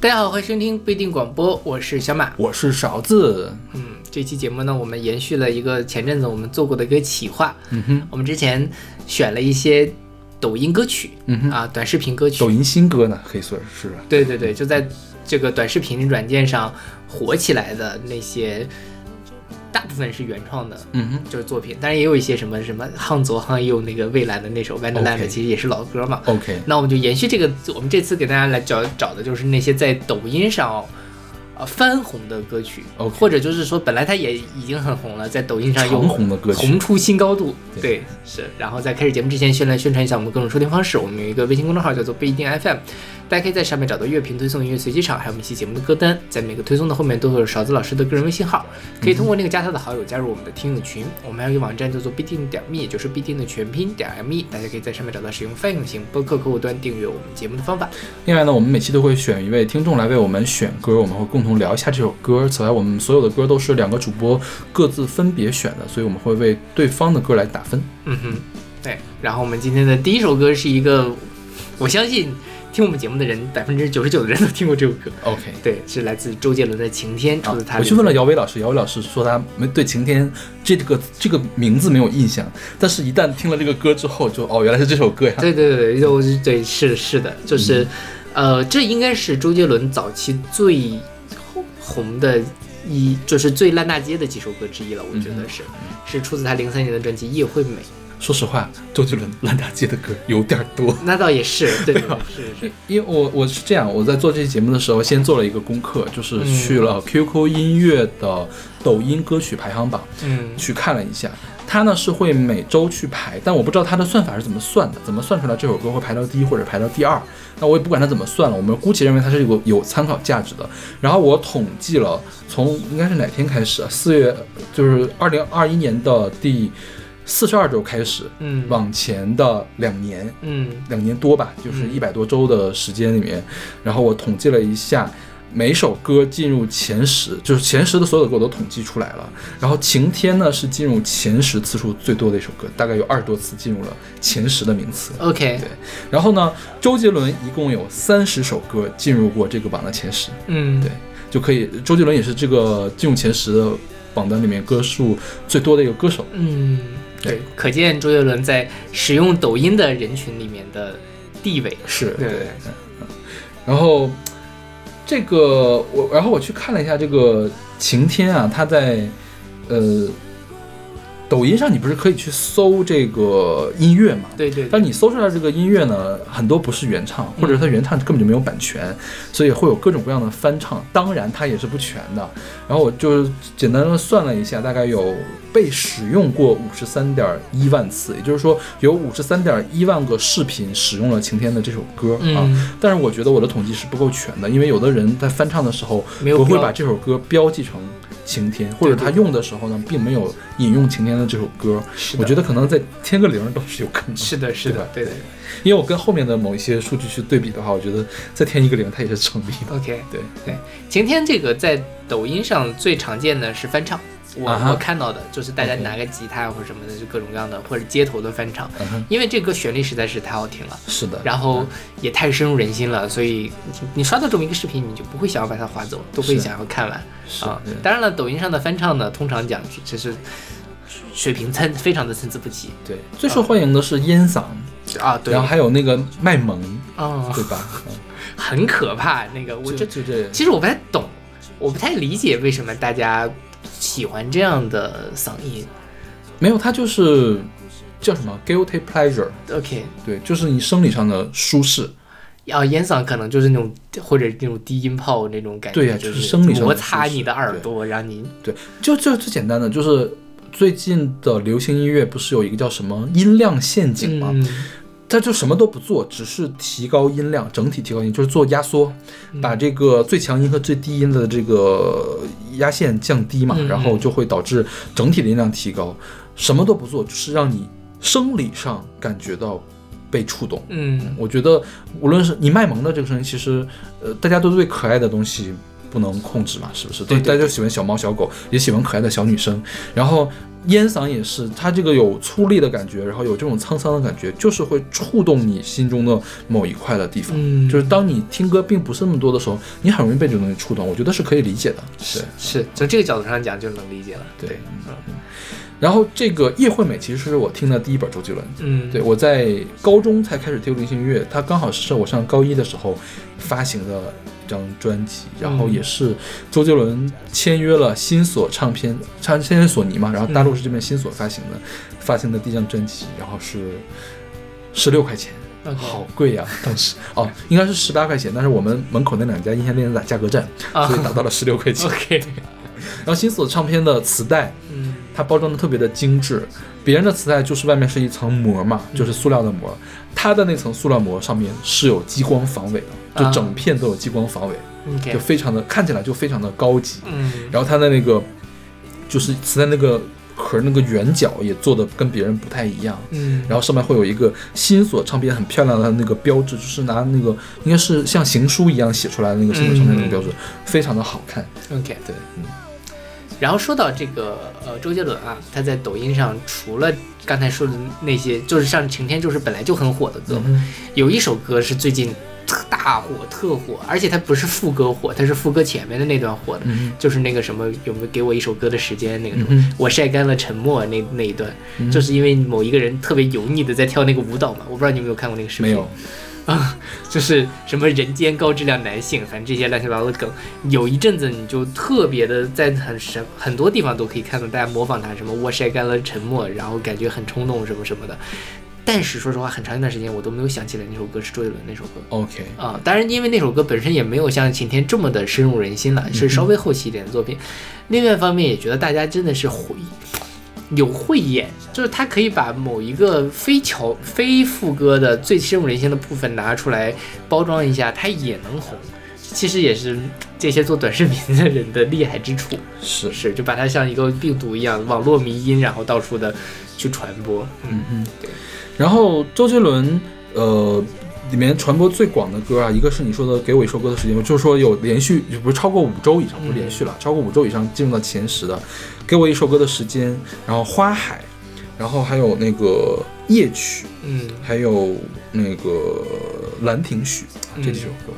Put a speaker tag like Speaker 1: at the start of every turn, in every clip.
Speaker 1: 大家好，欢迎收听不一定广播，我是小马。
Speaker 2: 我是勺子，
Speaker 1: 嗯，这期节目呢，我们延续了一个前阵子我们做过的一个企划。
Speaker 2: 嗯哼，
Speaker 1: 我们之前选了一些抖音歌曲，
Speaker 2: 嗯哼
Speaker 1: 啊，短视频歌曲，
Speaker 2: 抖音新歌呢，可以算是
Speaker 1: 对对对，就在这个短视频软件上火起来的那些，大部分是原创的，
Speaker 2: 嗯哼
Speaker 1: 就是作品，当然也有一些什么什么向左向右那个蔚蓝的那首《Wonderland》，
Speaker 2: OK
Speaker 1: 其实也是老歌嘛。
Speaker 2: ，OK，
Speaker 1: 那我们就延续这个，我们这次给大家来找找的就是那些在抖音上。呃，翻红的歌曲
Speaker 2: OK
Speaker 1: 或者就是说，本来它也已经很红了，在抖音上又
Speaker 2: 长红的歌曲
Speaker 1: 红出新高度。
Speaker 2: 对
Speaker 1: 对，是。然后在开始节目之前，先来宣传一下我们各种收听方式。我们有一个微信公众号叫做不一定 FM，大家可以在上面找到乐评推送、音乐随机场，还有我们一期节目的歌单。在每个推送的后面都会有勺子老师的个人微信号，可以通过那个加他的好友加入我们的听友群。我们还有一个网站叫做必定点 me，就是必定的全拼点 me，大家可以在上面找到使用泛用型播客客户端订阅我们节目的方法。
Speaker 2: 另外呢，我们每期都会选一位听众来为我们选歌，我们会共同聊一下这首歌。此外，我们所有的歌都是两个主播各自分别选的，所以我们会为对方的歌来打分。
Speaker 1: 嗯哼，对。然后我们今天的第一首歌是一个，我相信听我们节目的人百分之九十九的人都听过这首歌。
Speaker 2: OK，
Speaker 1: 对，是来自周杰伦的《晴天》，出自他、
Speaker 2: 我啊去问了，姚伟老师，姚伟老师说他没对晴天这个这个名字没有印象，但是一旦听了这个歌之后就，哦，原来是这首歌呀。
Speaker 1: 对对对，就对是是的，就是，呃，这应该是周杰伦早期最红的一，就是最烂大街的几首歌之一了，我觉得是，是出自他零三年的专辑《叶惠美》，
Speaker 2: 说实话，周杰伦烂大街的歌有点儿多。
Speaker 1: 那倒也是，对对对，是是是，
Speaker 2: 因为我我是这样，我在做这期节目的时候，先做了一个功课，就是
Speaker 1: 嗯
Speaker 2: 去了 QQ 音乐的抖音歌曲排行榜
Speaker 1: 嗯
Speaker 2: 去看了一下。它呢是会每周去排，但我不知道它的算法是怎么算的，怎么算出来这首歌会排到第一或者排到第二。那我也不管它怎么算了，我们姑且认为它是有有参考价值的。然后我统计了从应该是哪天开始啊？四月就是二零二一年的第四十二周开始，
Speaker 1: 嗯
Speaker 2: 往前的两年，
Speaker 1: 嗯
Speaker 2: 两年多吧，就是
Speaker 1: 嗯
Speaker 2: 一百多周的时间里面，然后我统计了一下，每首歌进入前十，就是前十的所有的歌我都统计出来了。然后《晴天呢》是进入前十次数最多的一首歌，大概有二十多次进入了前十的名次。
Speaker 1: ，OK，
Speaker 2: 对然后呢，周杰伦一共有三十首歌进入过这个榜的前十，
Speaker 1: 嗯
Speaker 2: 对就可以，周杰伦也是这个进入前十的榜单里面歌数最多的一个歌手。
Speaker 1: 嗯，对
Speaker 2: 对，
Speaker 1: 可见周杰伦在使用抖音的人群里面的地位，
Speaker 2: 是
Speaker 1: 对对
Speaker 2: 嗯嗯然后这个我，然后我去看了一下这个晴天啊，他在呃抖音上你不是可以去搜这个音乐嘛？
Speaker 1: 对对对，
Speaker 2: 但你搜出来这个音乐呢，很多不是原唱，或者它原唱根本就没有版权，所以会有各种各样的翻唱。当然，它也是不全的。然后我就简单的算了一下，大概有被使用过五十三点一万次，也就是说有五十三点一万个视频使用了《晴天》的这首歌、啊。
Speaker 1: 嗯，
Speaker 2: 但是我觉得我的统计是不够全的，因为有的人在翻唱的时候
Speaker 1: 没有
Speaker 2: 不会
Speaker 1: 标
Speaker 2: 把这首歌标记成《晴天》，或者
Speaker 1: 对对
Speaker 2: 他用的时候呢，并没有引用《晴天》的这首歌。
Speaker 1: 是的，
Speaker 2: 我觉得可能再添个零儿都是有可能的。
Speaker 1: 是的，是的，对
Speaker 2: 对吧
Speaker 1: 对
Speaker 2: 因为我跟后面的某一些数据去对比的话，我觉得再添一个零，它也是成立的。
Speaker 1: ，OK。
Speaker 2: 对，
Speaker 1: 晴天这个在抖音上最常见的是翻唱，我、
Speaker 2: 啊哈
Speaker 1: 我看到的就是大家
Speaker 2: OK
Speaker 1: 拿个吉他或者什么的，就各种各样的，或者街头的翻唱，
Speaker 2: 嗯哼，
Speaker 1: 因为这个旋律实在是太好听了，
Speaker 2: 是的。
Speaker 1: 然后也太深入人心了，所以你你刷到这么一个视频，你就不会想要把它划走，都会
Speaker 2: 是
Speaker 1: 想要看完
Speaker 2: 是
Speaker 1: 啊
Speaker 2: 对。
Speaker 1: 当然了，抖音上的翻唱呢，通常讲就是水平参非常的参差不齐
Speaker 2: 对，最受欢迎的是烟嗓，
Speaker 1: 啊，对
Speaker 2: 然后，还有那个卖萌，
Speaker 1: 哦，
Speaker 2: 对吧？嗯
Speaker 1: 很可怕那 个，我
Speaker 2: 就
Speaker 1: 这
Speaker 2: 就这，
Speaker 1: 其实我不太懂，我不太理解为什么大家喜欢这样的嗓音。
Speaker 2: 没有，它就是叫什么 guilty pleasure，
Speaker 1: OK，
Speaker 2: 对，就是你生理上的舒适，
Speaker 1: 啊，烟嗓可能就是那种或者那种低音炮那种感觉，
Speaker 2: 对呀
Speaker 1: 就
Speaker 2: 就是生理上的
Speaker 1: 摩擦
Speaker 2: 舒适
Speaker 1: 你的耳朵，让你
Speaker 2: 就就最简单的就是。最近的流行音乐不是有一个叫什么音量陷阱吗？
Speaker 1: 嗯，
Speaker 2: 它就什么都不做，只是提高音量，整体提高音，就是做压缩，
Speaker 1: 嗯
Speaker 2: 把这个最强音和最低音的这个压线降低嘛
Speaker 1: 嗯，
Speaker 2: 然后就会导致整体的音量提高。什么都不做，就是让你生理上感觉到被触动。
Speaker 1: 嗯
Speaker 2: 我觉得，无论是你卖萌的这个声音，其实，呃，大家都对可爱的东西不能控制嘛，是不是？
Speaker 1: 对对
Speaker 2: 大家就喜欢小猫小狗，也喜欢可爱的小女生。然后烟嗓也是，它这个有粗粝的感觉，然后有这种沧桑的感觉，就是会触动你心中的某一块的地方。
Speaker 1: 嗯
Speaker 2: 就是当你听歌并不是那么多的时候，你很容易被这种东西触动，我觉得是可以理解的。是
Speaker 1: 是从这个角度上讲就能理解了。
Speaker 2: 对，嗯然后这个叶惠美其实是我听的第一本周杰伦，
Speaker 1: 嗯，
Speaker 2: 对，我在高中才开始接触流行音乐，它刚好是我上高一的时候发行的一张专辑，然
Speaker 1: 嗯
Speaker 2: 后也是周杰伦签约了新索唱片，唱签约索尼嘛，然后大
Speaker 1: 嗯
Speaker 2: 陆是这边新索发行的，发行的第一张专辑，然后是十六块钱。
Speaker 1: OK
Speaker 2: 好贵呀、当时哦，应该是十八块钱，但是我们门口那两家音像店打价格战，
Speaker 1: 啊
Speaker 2: 所以打到了十六块 钱。
Speaker 1: OK，
Speaker 2: 然后新索唱片的磁带
Speaker 1: 嗯
Speaker 2: 它包装的特别的精致，别人的磁带就是外面是一层膜嘛，就是塑料的膜，它的那层塑料膜上面是有激光防伪的，
Speaker 1: 啊
Speaker 2: 就整片都有激光防伪，
Speaker 1: ，OK，
Speaker 2: 就非常的看起来就非常的高级。
Speaker 1: 嗯
Speaker 2: 然后它的那个就是磁带那个壳儿那个圆角也做的跟别人不太一样，
Speaker 1: 嗯，
Speaker 2: 然后上面会有一个新索唱片很漂亮的那个标志，就是拿那个应该是像行书一样写出来的那个新索唱片那个标志，非常的好看。
Speaker 1: 后 OK，
Speaker 2: 对，嗯。
Speaker 1: 然后说到这个呃周杰伦啊，他在抖音上除了刚才说的那些，就是像《晴天》就是本来就很火的歌，有一首歌是最近特大火特火，而且它不是副歌火，它是副歌前面的那段火的，
Speaker 2: 嗯
Speaker 1: 就是那个什么有没有给我一首歌的时间那个什么，
Speaker 2: 嗯
Speaker 1: 我晒干了沉默那那一段，
Speaker 2: 嗯
Speaker 1: 就是因为某一个人特别油腻的在跳那个舞蹈嘛，我不知道你有没有看过那个视频，
Speaker 2: 没有，
Speaker 1: 啊，就是什么人间高质量男性，反正这些乱七八糟的梗，有一阵子你就特别的在很什很多地方都可以看到大家模仿他，什么我晒干了沉默，然后感觉很冲动什么什么的。但是说实话，很长一段时间我都没有想起来那首歌是周杰伦那首歌。
Speaker 2: OK，
Speaker 1: 啊，当然，因为那首歌本身也没有像《晴天》这么的深入人心了，是稍微后期一点的作品。另外一方面，也觉得大家真的是会有慧眼，就是他可以把某一个非桥非副歌的最深入人心的部分拿出来包装一下，他也能红。其实也是这些做短视频的人的厉害之处，
Speaker 2: 是，
Speaker 1: 是就把它像一个病毒一样，网络迷因，然后到处的去传播。嗯
Speaker 2: 嗯，对。然后周杰伦，呃，里面传播最广的歌啊，一个是你说的《给我一首歌的时间》，就是说有连续，就不是超过五周以上，不是连续了，超过五周以上进入到前十的，《给我一首歌的时间》，然后《花海》，然后还有那个《夜曲》，
Speaker 1: 嗯，
Speaker 2: 还有那个《兰亭序》啊，这几首歌。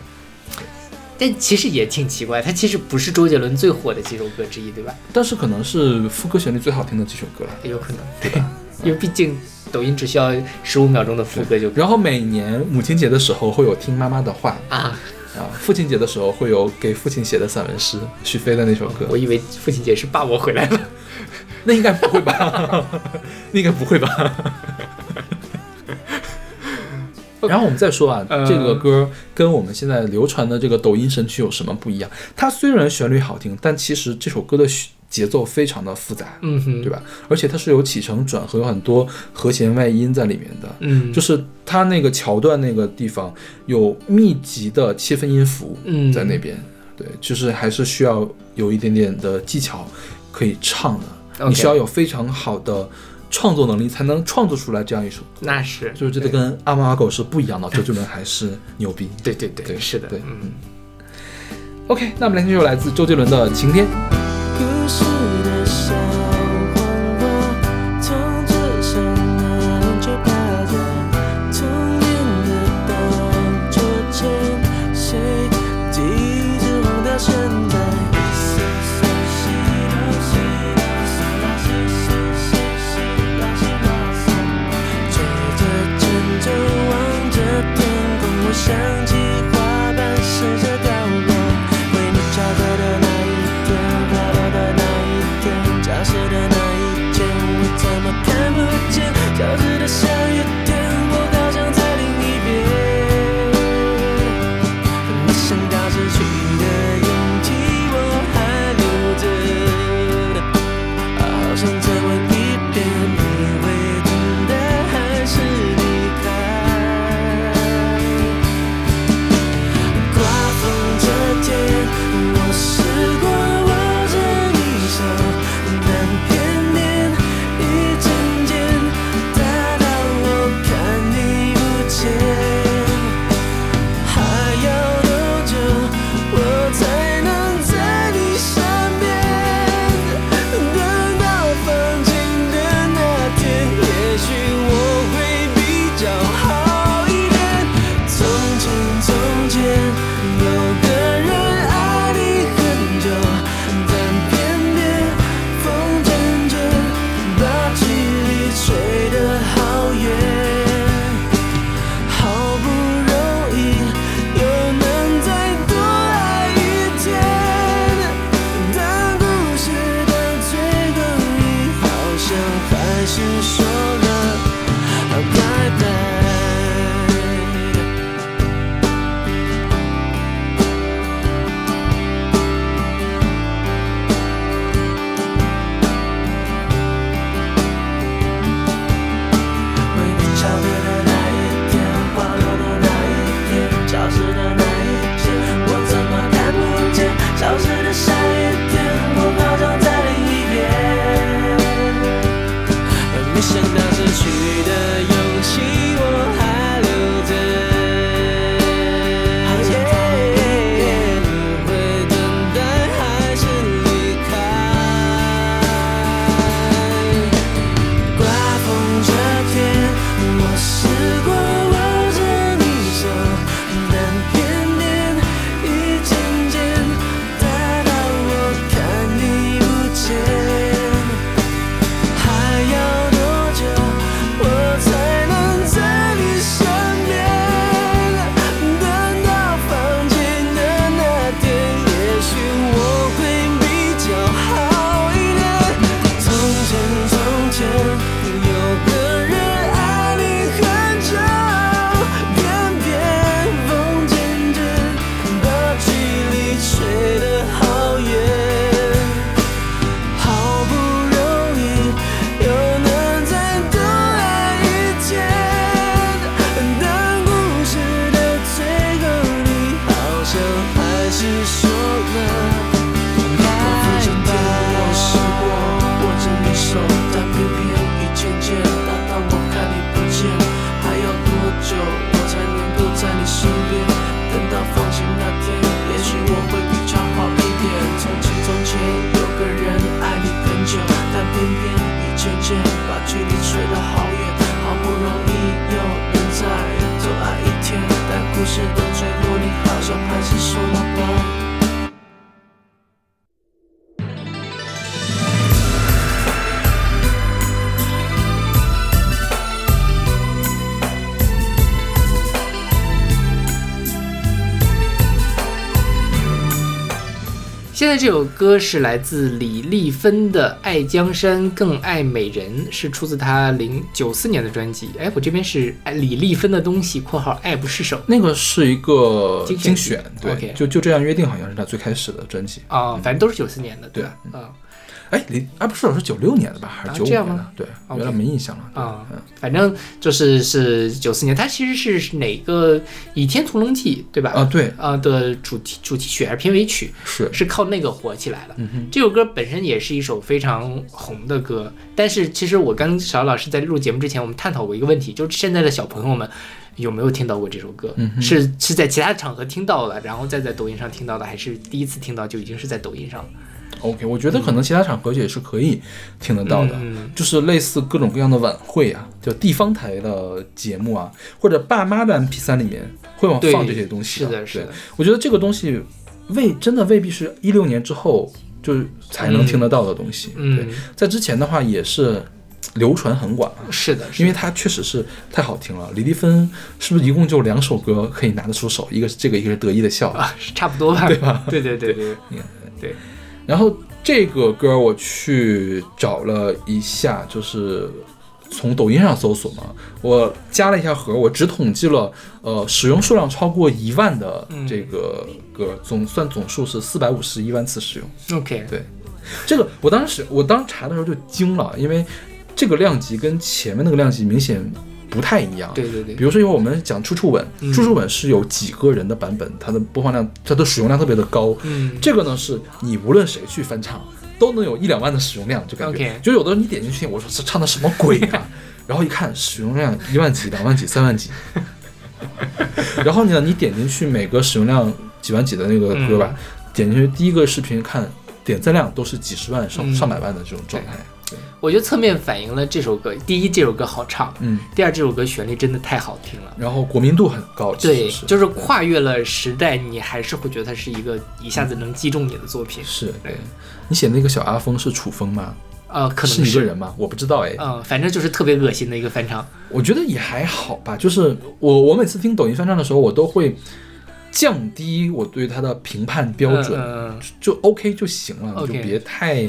Speaker 1: 但其实也挺奇怪，它其实不是周杰伦最火的几首歌之一，对吧？
Speaker 2: 但是可能是副歌旋律最好听的几首歌了。
Speaker 1: 也有可能，对， 因为毕竟抖音只需要十五秒钟的副歌就
Speaker 2: 然后每年母亲节的时候会有听妈妈的话，
Speaker 1: 啊，
Speaker 2: 啊，父亲节的时候会有给父亲写的散文诗，许飞的那首歌
Speaker 1: 我，以为父亲节是爸我回来 了，
Speaker 2: 那应该不会吧？ 那应该不会吧？ 然后我们再说啊，
Speaker 1: 呃
Speaker 2: 这个歌跟我们现在流传的这个抖音神曲有什么不一样？它虽然旋律好听，但其实这首歌的旋节奏非常的复杂，
Speaker 1: 嗯哼，
Speaker 2: 对吧？而且它是有起承转合，有很多和弦外音在里面的。
Speaker 1: 嗯，
Speaker 2: 就是是它那个桥段那个地方有密集的切分音符，
Speaker 1: 嗯
Speaker 2: 在那边，对，就是还是需要有一点点的技巧可以唱的，
Speaker 1: OK
Speaker 2: 你需要有非常好的创作能力才能创作出来这样一首，
Speaker 1: 那是，
Speaker 2: 就是这个跟阿猫阿狗是不一样的，周杰伦还是牛逼。
Speaker 1: 对对对
Speaker 2: 对
Speaker 1: 是的，
Speaker 2: 对
Speaker 1: 嗯。
Speaker 2: OK，那么来听这首来自周杰伦的《晴天》。
Speaker 3: 故事的小黄瓜，从桌上拿两只八爪，聪明的荡秋千，谁记住红到现在？谁谁谁到谁谁到谁谁谁谁到谁到谁？吹着晨钟，望着天空，我想起花瓣试着掉落。为你飘过的那一天，快乐的那一天，消失的那一天，我怎么看不见？消失的下雨天，我好想在另一边。没想到失去的勇气我还留着，好想再问一遍，你会等待还是离开？刮风这天，我试过握着你手，但偏偏一瞬间，大到我看你不见。还要多久，我还是说了。我父亲听我试过握着你手，但偏偏一渐渐大到我看你不见。还要多久我才能够在你身边？等到放晴那天，也许我会比较好一点。从前从前有个人爱你很久，但偏偏一渐渐把距离吹得好远。好不容易有人再多爱一天，但故事的最后你好像还是说了吧。
Speaker 1: 现在这首歌是来自李丽芬的《爱江山更爱美人》，是出自她零九四年的专辑。哎，我这边是哎李丽芬的东西（括号爱不释手
Speaker 2: 那个是一个
Speaker 1: 精选
Speaker 2: 精选，对
Speaker 1: OK
Speaker 2: 就就这样约定，好像是他最开始的专辑）。
Speaker 1: 啊、反正都是九四年的，对吧？啊、
Speaker 2: 哎，李啊不是，是九六年的吧，还是
Speaker 1: 啊
Speaker 2: 九五
Speaker 1: 这样
Speaker 2: 年
Speaker 1: 吗
Speaker 2: 的？对，
Speaker 1: OK
Speaker 2: 有点没印象了。对
Speaker 1: 啊、
Speaker 2: 嗯
Speaker 1: 反正就是是九四年，它其实是哪个《倚天屠龙记》对吧？
Speaker 2: 啊，对，
Speaker 1: 啊的主题主题曲还是片尾曲，
Speaker 2: 是
Speaker 1: 是靠那个火起来的。
Speaker 2: 嗯
Speaker 1: 这首歌本身也是一首非常红的歌，但是其实我跟邵老师在录节目之前，我们探讨过一个问题，就是现在的小朋友们有没有听到过这首歌？
Speaker 2: 嗯哼
Speaker 1: 是是在其他场合听到了，然后再在抖音上听到的，还是第一次听到就已经是在抖音上了？
Speaker 2: OK，我觉得可能其他场合也是可以听得到的，
Speaker 1: 嗯
Speaker 2: 就是类似各种各样的晚会啊，就地方台的节目啊，或者爸妈的 MP 3里面会往
Speaker 1: 对
Speaker 2: 放这些东西啊
Speaker 1: 是的，是
Speaker 2: 对
Speaker 1: 的，
Speaker 2: 我觉得这个东西未真的未必是一六年之后就是才能听得到的东西，
Speaker 1: 嗯
Speaker 2: 对，，在之前的话也是流传很广啊。
Speaker 1: 是的，是
Speaker 2: 因
Speaker 1: 的
Speaker 2: 为它确实是太好听了，李丽芬是不是一共就两首歌可以拿得出手？一个是这个，一个是得意的笑。
Speaker 1: 啊，是差不多吧？对吧？对对对对对，
Speaker 2: 然后这个歌我去找了一下，就是从抖音上搜索嘛，我加了一下盒，我只统计了呃使用数量超过一万的
Speaker 1: 嗯
Speaker 2: 这个歌，总算总数是四百五十一万次使用。
Speaker 1: OK，
Speaker 2: 对，这个我当时我当时查的时候就惊了，因为这个量级跟前面那个量级明显不太一样。
Speaker 1: 对对对
Speaker 2: 比，如说一会儿我们讲《处处吻》，
Speaker 1: 嗯
Speaker 2: 《处处吻》是有几个人的版本，它的播放量、它的使用量特别的高。
Speaker 1: 嗯，
Speaker 2: 这个呢，是你无论谁去翻唱，都能有一两万的使用量，就感觉。
Speaker 1: OK
Speaker 2: 就有的人你点进去听，我说这唱的什么鬼 啊？然后一看使用量一万几、两万几、三万几， 然后呢，你点进去每个使用量几万几的那个歌
Speaker 1: 嗯
Speaker 2: 吧，点进去第一个视频看点赞量都是几十万上、
Speaker 1: 嗯
Speaker 2: 上百万的这种状态。对，
Speaker 1: 我觉得侧面反映了这首歌，第一，这首歌好唱，
Speaker 2: 嗯，
Speaker 1: 第二，这首歌旋律真的太好听了。
Speaker 2: 然后国民度很高，其
Speaker 1: 对
Speaker 2: 实，是
Speaker 1: 就是跨越了时代，你还是会觉得它是一个一下子能击中你的作品。
Speaker 2: 是对
Speaker 1: 对。
Speaker 2: 你写那个小阿峰是楚风吗？
Speaker 1: 呃，可能
Speaker 2: 是一个人吗？我不知道哎。
Speaker 1: 嗯，反正就是特别恶心的一个翻唱。
Speaker 2: 我觉得也还好吧，就是我我每次听抖音翻唱的时候，我都会降低我对它的评判标准，
Speaker 1: 嗯嗯
Speaker 2: 就就 OK 就行了，你
Speaker 1: OK
Speaker 2: 就别太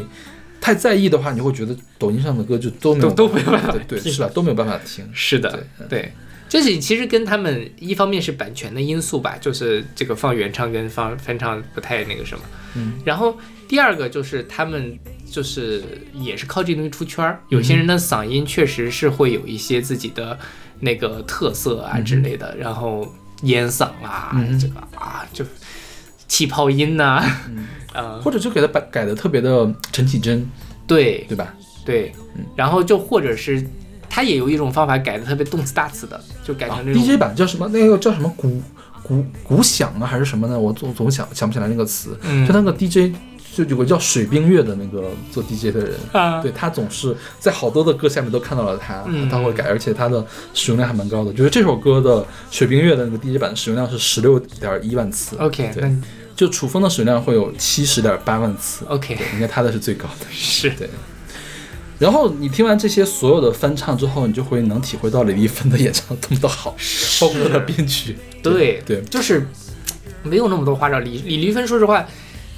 Speaker 2: 太在意的话，你会觉得抖音上的歌就都没有
Speaker 1: 都都没有办法
Speaker 2: 对对
Speaker 1: 听
Speaker 2: 是吧？都没有办法听。
Speaker 1: 是的，
Speaker 2: 嗯
Speaker 1: 对。就是其实跟他们一方面是版权的因素吧，就是这个放原唱跟放翻唱不太那个什么。
Speaker 2: 嗯，
Speaker 1: 然后第二个就是他们就是也是靠这东西出圈儿，有些人的嗓音确实是会有一些自己的那个特色啊之类的，然后烟嗓啊，
Speaker 2: 嗯
Speaker 1: 这个啊就气泡音呐、
Speaker 2: 嗯
Speaker 1: 呃，
Speaker 2: 或者就给它改改的特别的陈绮贞，
Speaker 1: 对
Speaker 2: 对吧？
Speaker 1: 对，
Speaker 2: 嗯
Speaker 1: 然后就或者是他也有一种方法改的特别动词大词的，就改
Speaker 2: 啊
Speaker 1: 成那种、
Speaker 2: ，DJ 版叫什么？那个叫什么鼓鼓鼓响啊，还是什么呢？我总总想想不起来那个词。
Speaker 1: 嗯
Speaker 2: 就那个 DJ，就有个叫水冰月的那个做 DJ 的人，
Speaker 1: 啊，
Speaker 2: 对他总是在好多的歌下面都看到了他，
Speaker 1: 嗯
Speaker 2: 他会改，而且他的使用量还蛮高的。就是这首歌的水冰月的那个 DJ 版的使用量是十六点一万次
Speaker 1: OK，
Speaker 2: 对
Speaker 1: 那
Speaker 2: 就楚风的使用量会有七十点八万次，
Speaker 1: OK
Speaker 2: 应该他的是最高的。
Speaker 1: 是
Speaker 2: 对。然后你听完这些所有的翻唱之后，你就会能体会到李丽芬的演唱多么的好，包括她的编曲。
Speaker 1: 对
Speaker 2: 对
Speaker 1: 就是没有那么多花哨。李李黎芬，说实话，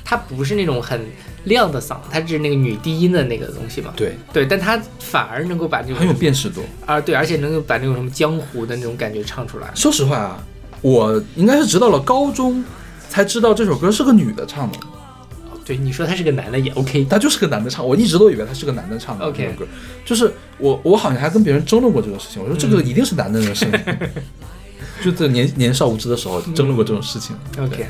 Speaker 1: 她不是那种很亮的嗓，她是那个女低音的那个东西嘛。
Speaker 2: 对，
Speaker 1: 对，但她反而能够把这
Speaker 2: 很有
Speaker 1: 种
Speaker 2: 辨识度。
Speaker 1: 啊，对，而且能够把那种什么江湖的那种感觉唱出来。
Speaker 2: 说实话啊，我应该是直到了高中才知道这首歌是个女的唱的。
Speaker 1: 对，你说他是个男的也 OK。
Speaker 2: 他就是个男的唱，我一直都以为他是个男的唱的
Speaker 1: OK
Speaker 2: 这首歌，
Speaker 1: 嗯
Speaker 2: 就是我我好像还跟别人争论过这个事情，我说这个一定是男的的声音，就在年年少无知的时
Speaker 1: 嗯
Speaker 2: 候争论过这种事情。
Speaker 1: OK，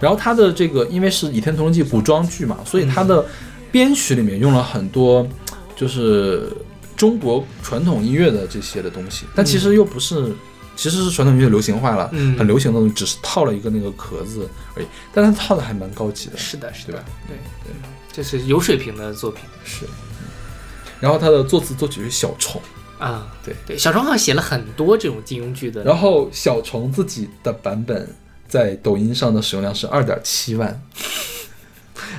Speaker 2: 然后它的这个因为是《倚天屠龙记》古装剧嘛，所以它的编曲里面用了很多就是中国传统音乐的这些的东西，但其实又不是。其实是传统音乐流行化了，
Speaker 1: 嗯
Speaker 2: 很流行的东西，只是套了一个那个壳子而已。但它套的还蛮高级的，
Speaker 1: 是的，是
Speaker 2: 对
Speaker 1: 的
Speaker 2: 吧，
Speaker 1: 对对，这是有水平的作品
Speaker 2: 是。嗯然后它的作词作曲是小虫，
Speaker 1: 啊。
Speaker 2: 对
Speaker 1: 对，小虫好像写了很多这种金庸剧的，
Speaker 2: 然后小虫自己的版本在抖音上的使用量是二点七万，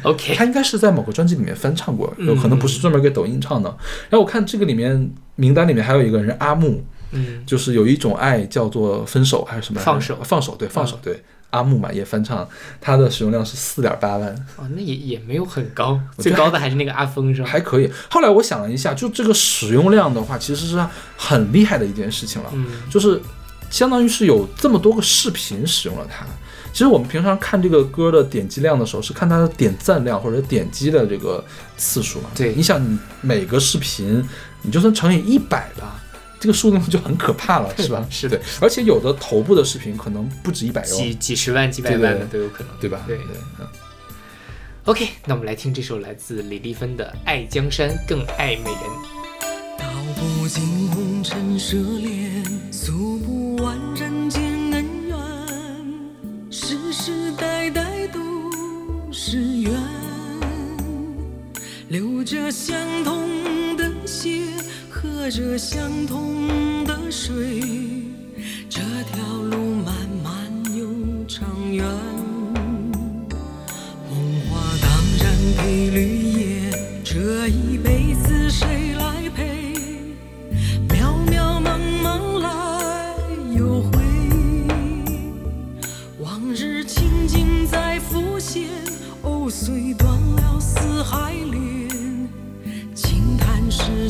Speaker 1: OK，
Speaker 2: 他应该是在某个专辑里面翻唱过，
Speaker 1: 嗯
Speaker 2: 有可能不是专门给抖音唱的。然后我看这个里面名单里面还有一个人是阿木，
Speaker 1: 嗯
Speaker 2: 就是有一种爱叫做分手还是什么来着
Speaker 1: 放手嗯
Speaker 2: 放手对放手对。阿木嘛也翻唱，他的使用量是四点八万，
Speaker 1: 哦，那也也没有很高，
Speaker 2: 我觉
Speaker 1: 最
Speaker 2: 得
Speaker 1: 高的还是那个阿峰 是吧？
Speaker 2: 还可以。后来我想了一下，就这个使用量的话，其实是很厉害的一件事情了。
Speaker 1: 嗯
Speaker 2: 就是相当于是有这么多个视频使用了它。其实我们平常看这个歌的点击量的时候，是看它的点赞量或者点击的这个次数嘛。
Speaker 1: 对？
Speaker 2: 你想你每个视频，你就算乘以一百吧，这个数量就很可怕了，是 吧
Speaker 1: 是的
Speaker 2: 对，而且有的头部的视频可能不止一百哟，
Speaker 1: 几几十万、几百
Speaker 2: 对对
Speaker 1: 万的
Speaker 2: 哎对
Speaker 1: 都有可能，
Speaker 2: 对吧？
Speaker 1: 对。
Speaker 2: 嗯
Speaker 1: OK，那我们来听这首来自李丽芬的《爱江山更爱美人》。
Speaker 4: 道不尽红尘涉猎，诉不完人间恩怨，世世代代都是缘，流着相同的血，喝着相同的水，这条路漫漫又长远。红花当然配绿叶，这一辈子谁来陪？渺渺茫茫来又回，往日情景在浮现，藕虽断了丝还连，轻叹世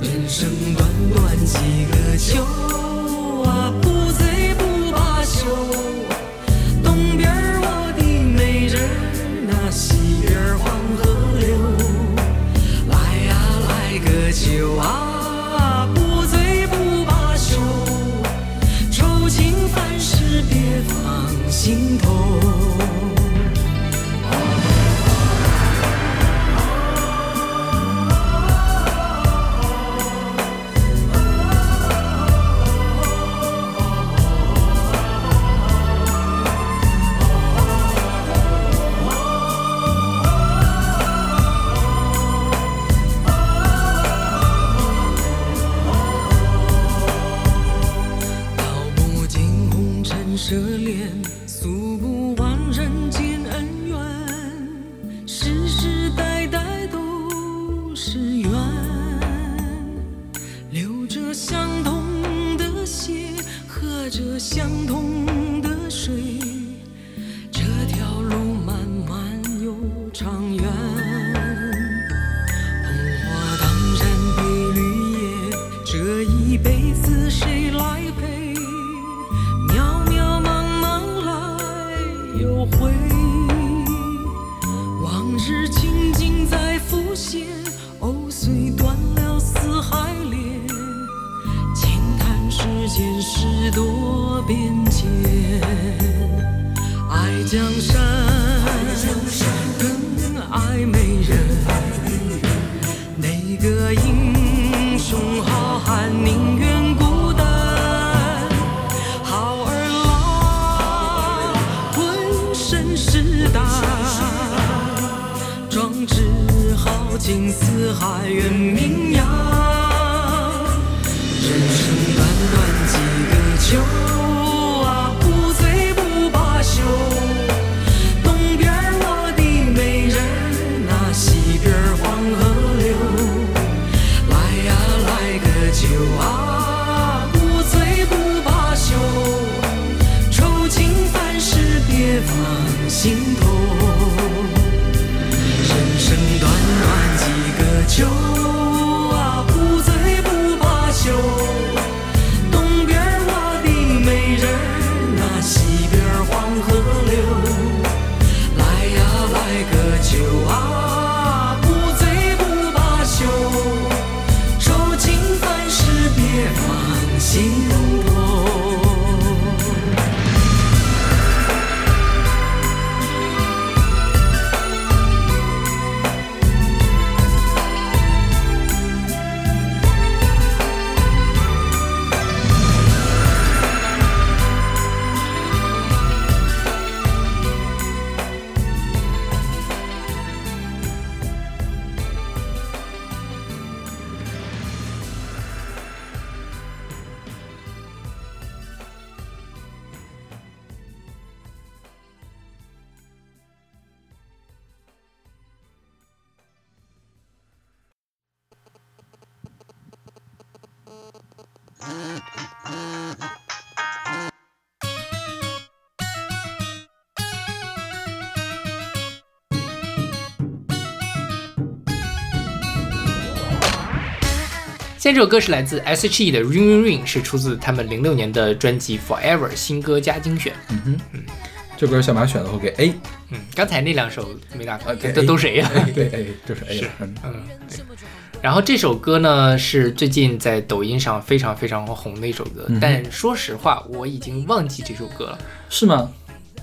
Speaker 4: 人生短短几个秋啊，不醉不罢休。东边儿我的美人儿啊，西边儿黄河流。来呀、来个酒啊，不醉不罢休。愁情烦事别放心头。道不尽红尘奢恋，诉不完人间恩怨，世世代代都是缘，流着相同的血，喝着相同的水，这条路漫漫又长远。红花当然配绿叶，这一辈子谁来陪？渺渺茫茫来又回，往日情景在浮现，藕虽断了丝还连，轻叹世间事多变迁，爱江山更爱美人。哪个英雄好汉宁愿孤单？好儿郎浑身是胆，壮志豪情四海远名扬。人生短短几个秋啊，不醉不罢休。东边儿我的美人儿啊，西边儿黄河流。来呀、来个酒啊，不醉不罢休。愁情烦事
Speaker 3: 啊
Speaker 1: 现在这首歌是来自 S.H.E 的《Ring Ring Ring》，是出自他们零六年的专辑《Forever》新歌加精选。
Speaker 2: 嗯这歌小马选的会给 A，
Speaker 1: 嗯，刚才那两首没打开，
Speaker 2: 啊对
Speaker 1: 都都谁呀、
Speaker 2: 对 A 就是 A 了。嗯
Speaker 1: 嗯，对。然后这首歌呢是最近在抖音上非常非常红的一首歌，
Speaker 2: 嗯哼
Speaker 1: 但说实话我已经忘记这首歌了。
Speaker 2: 是吗？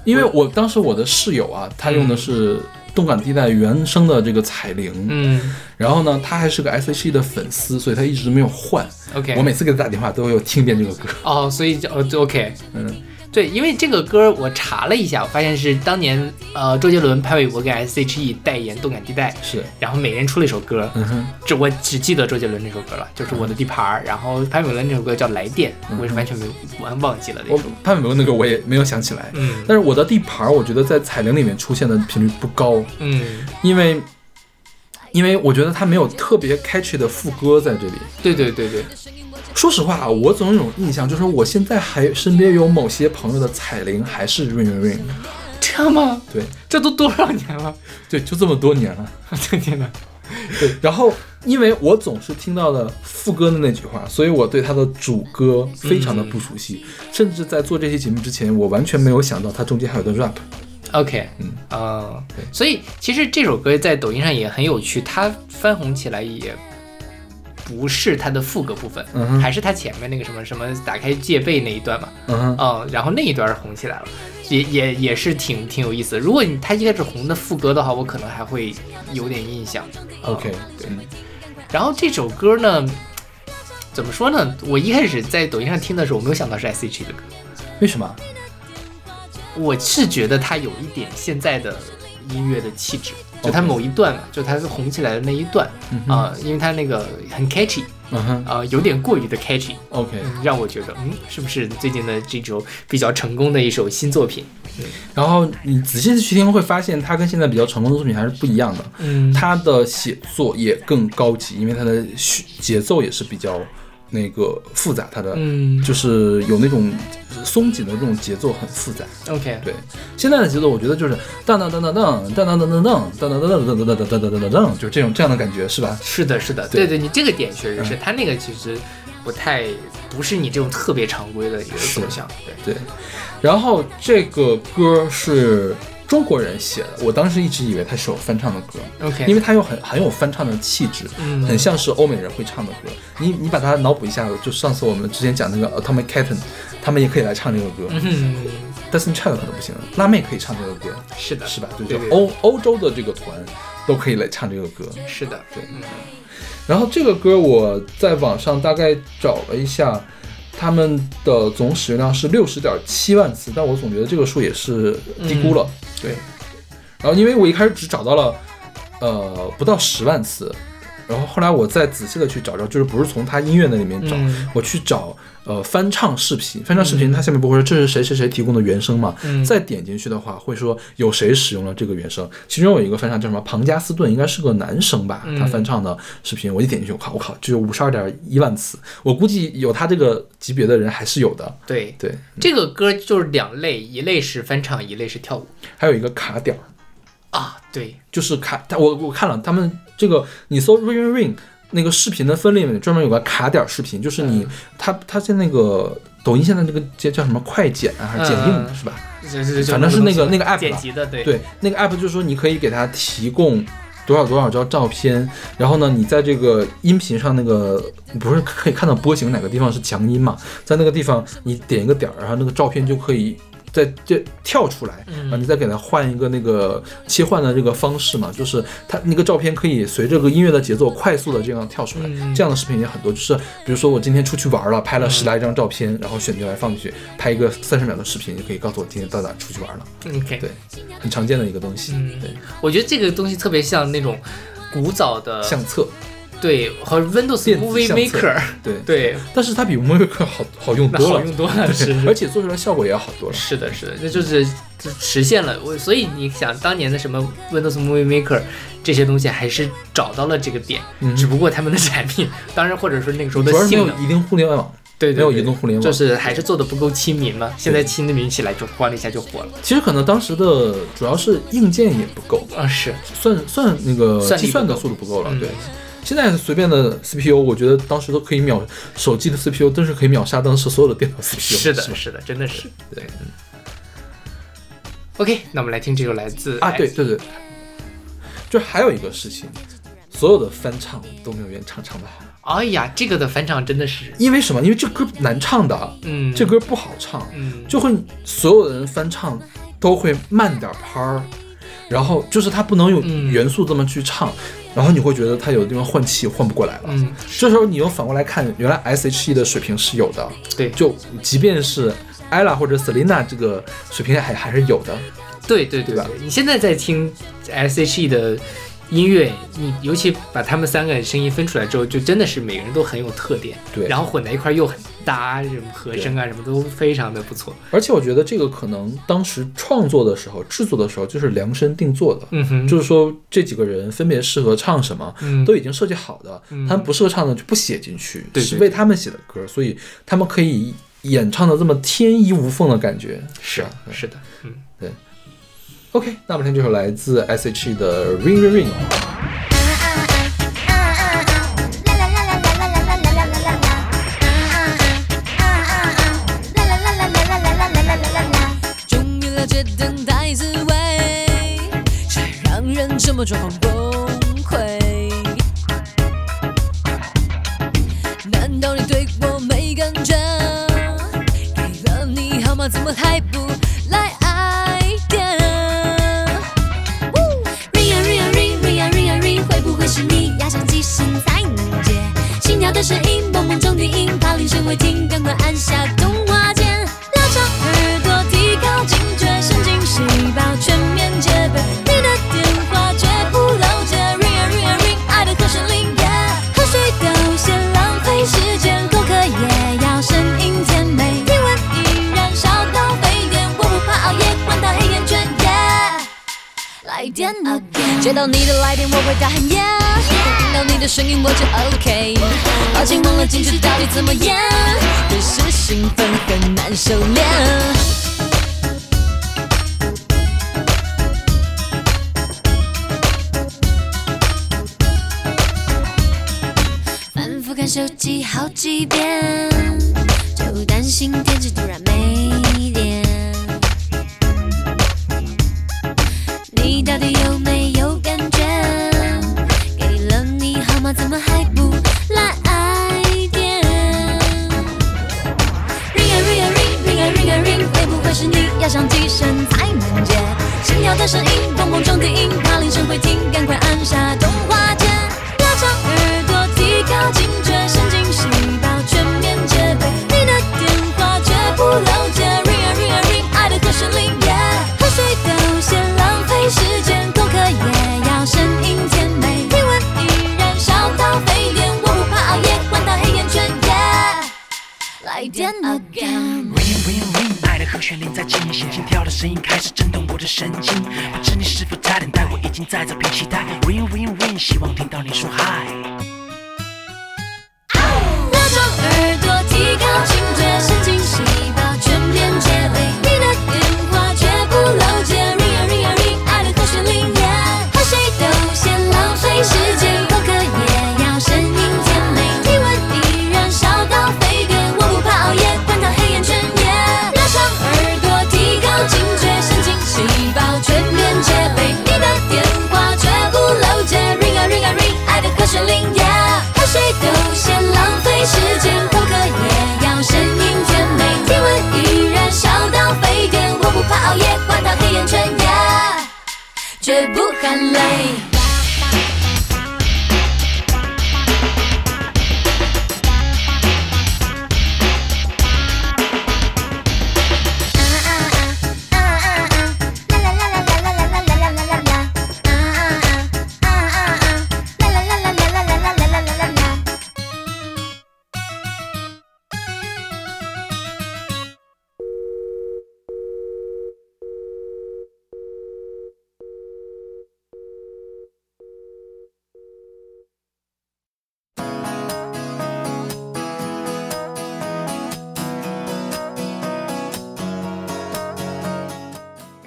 Speaker 2: 因为我当时我的室友啊，他用的是动感地带原声的这个彩铃，
Speaker 1: 嗯
Speaker 2: 然后呢，他还是个 S.H.E 的粉丝，所以他一直没有换。
Speaker 1: ，OK，
Speaker 2: 我每次给他打电话都有听一遍这个歌，
Speaker 1: 哦，所以就哦就 OK，
Speaker 2: 嗯，
Speaker 1: 对，因为这个歌我查了一下，我发现是当年呃周杰伦、潘玮柏跟 S.H.E 代言动感地 E 带，
Speaker 2: 是，
Speaker 1: 然后每人出了一首歌，
Speaker 2: 嗯哼，
Speaker 1: 这我只记得周杰伦那首歌了，就是《我的地盘儿》，然后潘玮柏那首歌叫《来电》，
Speaker 2: 嗯
Speaker 1: 我是完全没有完忘记了那
Speaker 2: 我
Speaker 1: 首。
Speaker 2: 潘玮柏那个我也没有想起来，
Speaker 1: 嗯
Speaker 2: 但是我的地盘，我觉得在彩铃里面出现的频率不高，
Speaker 1: 嗯，
Speaker 2: 因为。因为我觉得他没有特别 catchy 的副歌在这里。
Speaker 1: 对对对对，
Speaker 2: 说实话啊，我总有一种印象，就是我现在还身边有某些朋友的彩铃还是 ring ring ring。
Speaker 1: 这样吗？
Speaker 2: 对，
Speaker 1: 这都多少年了？
Speaker 2: 对，就这么多年了。
Speaker 1: 我的天哪！
Speaker 2: 对，然后因为我总是听到的副歌的那句话，所以我对他的主歌非常的不熟悉，甚至在做这期节目之前，我完全没有想到它中间还有个 rap。
Speaker 1: OK，
Speaker 2: 嗯
Speaker 1: 哦
Speaker 2: 对
Speaker 1: 所以其实这首歌在抖音上也很有趣，它翻红起来也不是它的副歌部分，
Speaker 2: 嗯哼
Speaker 1: 还是它前面那个什么什么打开戒备那一段嘛，
Speaker 2: 嗯哼，
Speaker 1: 嗯，然后那一段红起来了，也也也是挺挺有意思的。如果你它一开始红的副歌的话，我可能还会有点印象。嗯
Speaker 2: OK，对，
Speaker 1: 然后这首歌呢，怎么说呢？我一开始在抖音上听的时候，我没有想到是 S.H.E 的歌。
Speaker 2: 为什么？
Speaker 1: 我是觉得他有一点现在的音乐的气质，就他
Speaker 2: OK
Speaker 1: 某一段嘛，就他红起来的那一段
Speaker 2: 嗯哼
Speaker 1: 啊、因为他那个很 catchy
Speaker 2: 嗯哼
Speaker 1: 啊、有点过于的 catchy，
Speaker 2: ，OK。
Speaker 1: 嗯让我觉得嗯，是不是最近的这首比较成功的一首新作品？
Speaker 2: 然后你仔细去听，会发现它跟现在比较成功的作品还是不一样的。
Speaker 1: 嗯
Speaker 2: 它的写作也更高级，因为它的序节奏也是比较那个复杂，它的
Speaker 1: 嗯
Speaker 2: 就是有那种松紧的这种节奏很复杂。
Speaker 1: ，OK，
Speaker 2: 对，现在的节奏我觉得就是当当当当当当当当当当当当当当当当当当当当当，就是这种这样的感觉是吧？
Speaker 1: 是的，是的，对嗯对，
Speaker 2: 对
Speaker 1: 你这个点确实是，他那个其实不太不是你这种特别常规的一个
Speaker 2: 是
Speaker 1: 走向，对，
Speaker 2: 对，然后这个歌是中国人写的，我当时一直以为它是有翻唱的歌。
Speaker 1: OK，
Speaker 2: 因为它又很很有翻唱的气质，
Speaker 1: 嗯
Speaker 2: 很像是欧美人会唱的歌。你你把它脑补一下，就上次我们之前讲那个 Atomic Kitten，他们也可以来唱这个歌。
Speaker 1: 嗯，
Speaker 2: Destiny Child 可能不行，辣妹可以唱这个歌，
Speaker 1: 是的，
Speaker 2: 是吧？就
Speaker 1: 对对对，
Speaker 2: 是欧欧洲的这个团都可以来唱这个歌。
Speaker 1: 是的，
Speaker 2: 对
Speaker 1: 嗯
Speaker 2: 然后这个歌我在网上大概找了一下，他们的总使用量是六十点七万次，但我总觉得这个数也是低估了。对。然后因为我一开始只找到了，呃，不到十万次，然后后来我再仔细的去找找，就是不是从他音乐那里面找，
Speaker 1: 嗯
Speaker 2: 我去找呃翻唱视频，翻唱视频它下面不会说这是谁谁谁提供的原声嘛？
Speaker 1: 嗯
Speaker 2: 再点进去的话会说有谁使用了这个原声，其中有一个翻唱叫什么庞加斯顿，应该是个男生吧，
Speaker 1: 嗯
Speaker 2: 他翻唱的视频，我一点进去，我靠，我靠，就有五十二点一万次，我估计有他这个级别的人还是有的。
Speaker 1: 对，
Speaker 2: 对，
Speaker 1: 这个歌就是两类，一类是翻唱，一类是跳舞
Speaker 2: 还有一个卡点儿，
Speaker 1: 啊。对，
Speaker 2: 就是卡，他我我看了他们这个，你搜 ring ring ring 那个视频的分类里面专门有个卡点儿视频，就是你、他他在那个抖音现在这个叫叫什么快剪啊还是剪映、
Speaker 1: 嗯
Speaker 2: 是吧？
Speaker 1: 这这这
Speaker 2: 反正是那个那个 app 吧
Speaker 1: 剪辑的，对
Speaker 2: 对，那个 app 就是说你可以给它提供多少多少张照片，然后呢，你在这个音频上那个你不是可以看到波形哪个地方是强音嘛，在那个地方你点一个点儿，然后那个照片就可以。在这跳出来，
Speaker 1: 嗯
Speaker 2: 然后你再给它换一个那个切换的这个方式嘛，就是它那个照片可以随着这个音乐的节奏快速的这样跳出来，
Speaker 1: 嗯
Speaker 2: 这样的视频也很多。就是比如说我今天出去玩了，拍了十来张照片，然后选进来放进去，拍一个三十秒的视频，就可以告诉我今天到哪出去玩了。
Speaker 1: ，OK，
Speaker 2: 对，很常见的一个东西。
Speaker 1: 嗯
Speaker 2: 对，
Speaker 1: 我觉得这个东西特别像那种古早的，
Speaker 2: 相册，
Speaker 1: 对，和 Windows
Speaker 2: 电子
Speaker 1: Movie
Speaker 2: 相册
Speaker 1: Maker，
Speaker 2: 对，
Speaker 1: 对，
Speaker 2: 但是它比 Movie Maker 好好用
Speaker 1: 那
Speaker 2: 多
Speaker 1: 好
Speaker 2: 了
Speaker 1: 用，多了，是
Speaker 2: 而
Speaker 1: 是
Speaker 2: 且做出来效果也好多了。
Speaker 1: 是的，是的，那就是就实现了我，所以你想当年的什么 Windows Movie Maker 这些东西，还是找到了这个点，
Speaker 2: 嗯
Speaker 1: 只不过他们的产品，当然或者说那个时候的
Speaker 2: 主要是没
Speaker 1: 性
Speaker 2: 有
Speaker 1: 能。
Speaker 2: 移动互联网，
Speaker 1: 对对
Speaker 2: 没有
Speaker 1: 对
Speaker 2: 移动互联网
Speaker 1: 就是还是做的不够亲民嘛。现在亲民起来就咣的一下就火了
Speaker 2: 其实可能当时的主要是硬件也不够，
Speaker 1: 啊！是，
Speaker 2: 算算那个
Speaker 1: 算力
Speaker 2: 计算的
Speaker 1: 不够
Speaker 2: 速度不够了。
Speaker 1: 嗯
Speaker 2: 对，现在随便的 CPU，我觉得当时都可以秒手机的 CPU，真是可以秒杀当时所有的电脑 CPU。
Speaker 1: 是的，
Speaker 2: 吧
Speaker 1: 是的，真的是。
Speaker 2: 对
Speaker 1: OK，那我们来听这首来自
Speaker 2: 啊，对对对，就还有一个事情，所有的翻唱都没有原唱唱的好，
Speaker 1: 哎呀，这个的翻唱真的是，
Speaker 2: 因为什么？因为这歌难唱的，啊
Speaker 1: 嗯，
Speaker 2: 这歌不好唱，
Speaker 1: 嗯，
Speaker 2: 就会所有的人翻唱都会慢点拍儿，然后就是它不能用
Speaker 1: 嗯
Speaker 2: 元素这么去唱，然后你会觉得它有的地方换气换不过来了。
Speaker 1: 嗯，
Speaker 2: 这时候你又反过来看，原来 S.H.E 的水平是有的，
Speaker 1: 对，
Speaker 2: 就即便是 ella 或者 Selina 这个水平还还是有的。
Speaker 1: 对对对
Speaker 2: 对吧
Speaker 1: 对，你现在在听 S.H.E 的音乐，你尤其把他们三个声音分出来之后，就真的是每个人都很有特点，
Speaker 2: 对
Speaker 1: 然后混在一块儿又很搭，什么和声啊什么都非常的不错，
Speaker 2: 而且我觉得这个可能当时创作的时候、制作的时候就是量身定做的，
Speaker 1: 嗯哼，
Speaker 2: 就是说这几个人分别适合唱什么，
Speaker 1: 嗯
Speaker 2: 都已经设计好的。
Speaker 1: 嗯
Speaker 2: 他们不适合唱的就不写进去，
Speaker 1: 对
Speaker 2: 是
Speaker 1: 对
Speaker 2: 为他们写的歌，所以他们可以演唱的这么天衣无缝的感觉。
Speaker 1: 是
Speaker 2: 啊对
Speaker 1: 是的，嗯，
Speaker 2: OK，那我们听这首来自 S.H.E 的《Ring Ring Ring》。
Speaker 5: 终于了解等待滋味，谁让人这么状况崩溃？难道你对我没感觉？给了你号码怎么还不来爱点？Ring 啊 ring 啊 ring ring 啊 ring 啊 ring，会不会是你？压上几声才能接？心跳的声音，蹦蹦中低音，怕铃声会停，赶快按下动画键，拉长耳朵，提高警觉，神经细胞全面戒备，你的电话绝不漏接，ring 啊 ring 啊 ring，爱的和弦铃耶，喝水都嫌浪费时间，功课也要声音甜美，英文依然烧到沸点，我不怕熬夜，管他黑眼圈耶。来电 again。接到你的来电，我会大喊 yeah，听到你的声音我就 OK。抱歉忘了进去到底怎么演，只是兴奋很难收敛。反复看手机好几遍，就担心电池突然没电。你到底有没有感觉？给了你号码，怎么还不来爱点？Ring 啊 ring 啊 ring ring 啊 ring 啊 ring，会不会是你要响几声才能接？心跳的声音，蹦蹦中低音，怕铃声会停，赶快按下动画键，拉长耳朵，提高警觉，神经细胞全面戒备，你的电话绝不漏接。Ring 啊 ring 啊 ring，爱的和弦铃耶，喝水都嫌浪费时间，功课也要声音甜美，体温依然烧到沸点，我不怕熬夜，管他黑眼圈耶。来电 again。
Speaker 6: Ring ring ring，爱的和弦铃在进行，心跳的声音开始震动我的神经。不知你是否在等待，我已经在这屏期待。Ring ring ring，希望听到你说 hi。
Speaker 5: 拉长耳朵，提高警觉，神经细胞全面戒备。你的电话绝不漏接，Ring 啊 Ring 啊 Ring，爱的和弦铃耶，和谁都嫌浪费时间，功课也要声音甜美，体温依然烧到沸点，我不怕熬夜，管他黑眼圈耶。拉长耳朵，提高警觉，神经细胞全面戒备。你的电话绝不漏接，Ring 啊 Ring 啊 Ring，爱的和弦铃耶，和谁都嫌浪费时间，功课也要声音甜美，体温依然烧到沸点，我不怕熬夜，管他黑眼圈耶，绝不喊累。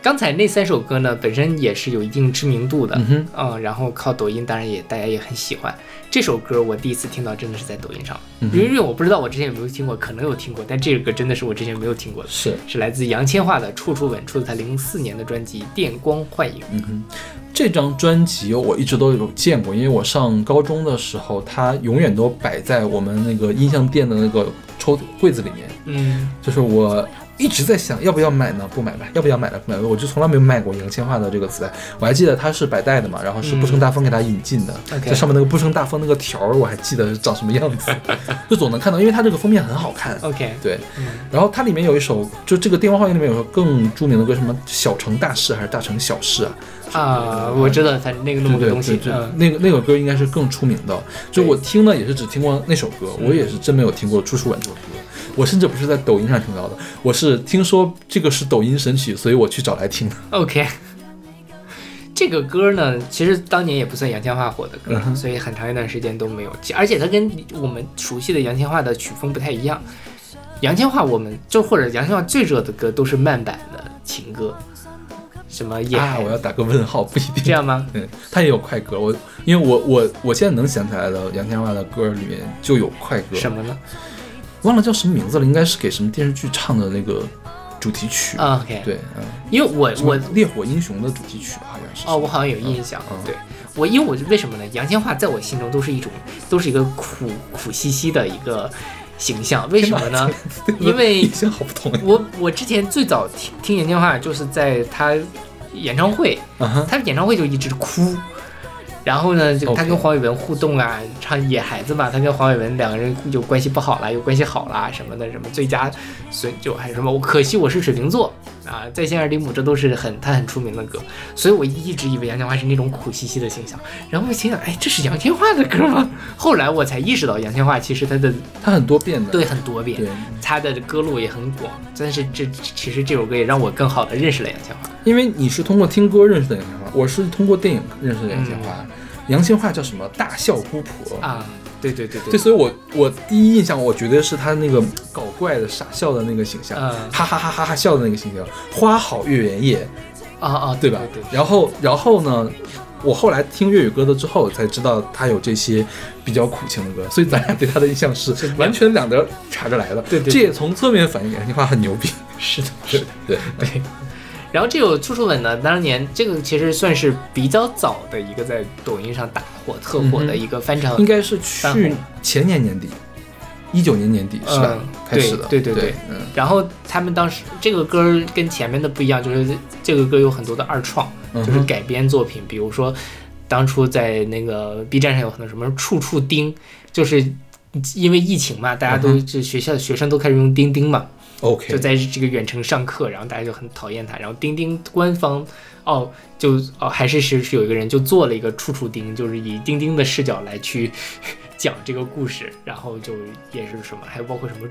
Speaker 1: 刚才那三首歌呢，本身也是有一定知名度的，
Speaker 2: 嗯哼，
Speaker 1: 嗯，然后靠抖音，当然也大家也很喜欢这首歌。我第一次听到真的是在抖音上，
Speaker 2: 嗯哼
Speaker 1: 因为因为我不知道我之前有没有听过，可能有听过，但这个真的是我之前没有听过的，
Speaker 2: 是，
Speaker 1: 是来自杨千嬅的《处处吻》，出自她零四年的专辑《电光幻影》。
Speaker 2: 嗯哼。这张专辑我一直都有见过，因为我上高中的时候，它永远都摆在我们那个音像店的那个抽柜子里面。
Speaker 1: 嗯，
Speaker 2: 就是我一直在想，要不要买呢？不买吧，要不要买呢？不买吧。我就从来没有卖过杨千嬅的这个磁带。我还记得它是百代的嘛，然后是不生大风给它引进的，
Speaker 1: 嗯 OK
Speaker 2: 在上面那个不生大风那个条儿，我还记得是长什么样 子，就总能看到，因为它这个封面很好看。
Speaker 1: OK，
Speaker 2: 对，
Speaker 1: 嗯
Speaker 2: 然后它里面有一首，就这个《电话幻影》里面有首更著名的歌，什么“小城大事”还是“大城小事”啊？
Speaker 1: 啊，我知道它那个那么个
Speaker 2: 对对
Speaker 1: 东西
Speaker 2: 对，对
Speaker 1: 嗯
Speaker 2: 那个那个歌应该是更出名的。就我听呢，也是只听过那首歌，
Speaker 1: 嗯
Speaker 2: 我也是真没有听过《处处吻》这首歌。我甚至不是在抖音上听到的，我是听说这个是抖音神曲，所以我去找来听的。
Speaker 1: ，OK。这个歌呢，其实当年也不算杨千嬅火的歌
Speaker 2: 嗯，哼
Speaker 1: 所以很长一段时间都没有。而且它跟我们熟悉的杨千嬅的曲风不太一样。杨千嬅我们就或者杨千嬅最热的歌都是慢版的情歌，什么也、
Speaker 2: 啊，我要打个问号，不一定。
Speaker 1: 这 样吗？
Speaker 2: 对，他也有快歌。我因为我我我现在能想起来的杨千嬅的歌里面就有快歌，
Speaker 1: 什么呢
Speaker 2: 忘了叫什么名字了，应该是给什么电视剧唱的那个主题曲。
Speaker 1: 啊？OK，
Speaker 2: 对，嗯，
Speaker 1: 因为我
Speaker 2: 什么
Speaker 1: 我
Speaker 2: 《烈火英雄》的主题曲好像是。
Speaker 1: 哦，我好像有印象，
Speaker 2: 嗯嗯
Speaker 1: 对我，因为我就为什么呢？杨千嬅在我心中都是一种，都是一个苦苦兮兮的一个形象，为什么呢？因 为
Speaker 2: 印象好不同呀。
Speaker 1: 我我之前最早听听杨千嬅，就是在她演唱会，
Speaker 2: 啊哈，
Speaker 1: 她演唱会就一直哭。然后呢，就
Speaker 2: OK
Speaker 1: 她跟黄伟文互动啊唱《野孩子》嘛，她跟黄伟文两个人有关系不好啦，有关系好啦什么的，什么最佳损就还有什么，我可惜我是水瓶座啊，在线二零五这都是很她很出名的歌，所以我一直以为杨千嬅是那种苦兮兮的形象。然后我心想，哎，这是杨千嬅的歌吗？后来我才意识到，杨千嬅其实她的
Speaker 2: 他很多变的。
Speaker 1: 对很多变，
Speaker 2: 对，
Speaker 1: 他的歌路也很广，但是这其实这首歌也让我更好的认识了杨千嬅。
Speaker 2: 因为你是通过听歌认识的杨千嬅，我是通过电影认识的杨千嬅。杨千嬅叫什么？大笑姑婆。
Speaker 1: 嗯啊，对对对
Speaker 2: 对，，所以我我第一印象，我觉得是她那个搞怪的傻笑的那个形象，
Speaker 1: 嗯
Speaker 2: 哈哈哈哈哈笑的那个形象，花好月圆夜，
Speaker 1: 啊啊，
Speaker 2: 对吧？
Speaker 1: 对对
Speaker 2: 然后然后呢，我后来听粤语歌的之后才知道她有这些比较苦情的歌，所以咱俩对她的印象是完全两个查着来的。
Speaker 1: 对对对
Speaker 2: 这也从侧面反映杨千嬅很牛逼。
Speaker 1: 是的，
Speaker 2: 对对，
Speaker 1: 对。然后这首《处处吻》呢，当年这个其实算是比较早的一个在抖音上大火特火的一个翻唱，
Speaker 2: 嗯应该是
Speaker 1: 翻红
Speaker 2: 去前年年底，一九年年底是吧？
Speaker 1: 嗯
Speaker 2: 开始的，
Speaker 1: 对对
Speaker 2: 对
Speaker 1: 对对
Speaker 2: 嗯，
Speaker 1: 然后他们当时这个歌儿跟前面的不一样，就是这个歌有很多的二创，
Speaker 2: 嗯哼
Speaker 1: 就是改编作品，比如说当初在那个 B 站上有很多什么“处处钉”，就是因为疫情嘛，大家都
Speaker 2: 嗯
Speaker 1: 这学校学生都开始用钉钉嘛，
Speaker 2: OK，
Speaker 1: 就在这个远程上课，然后大家就很讨厌他，然后钉钉官方哦就哦还是是是有一个人就做了一个处处钉，就是以钉钉的视角来去讲这个故事，然后就也是什么，还有包括什么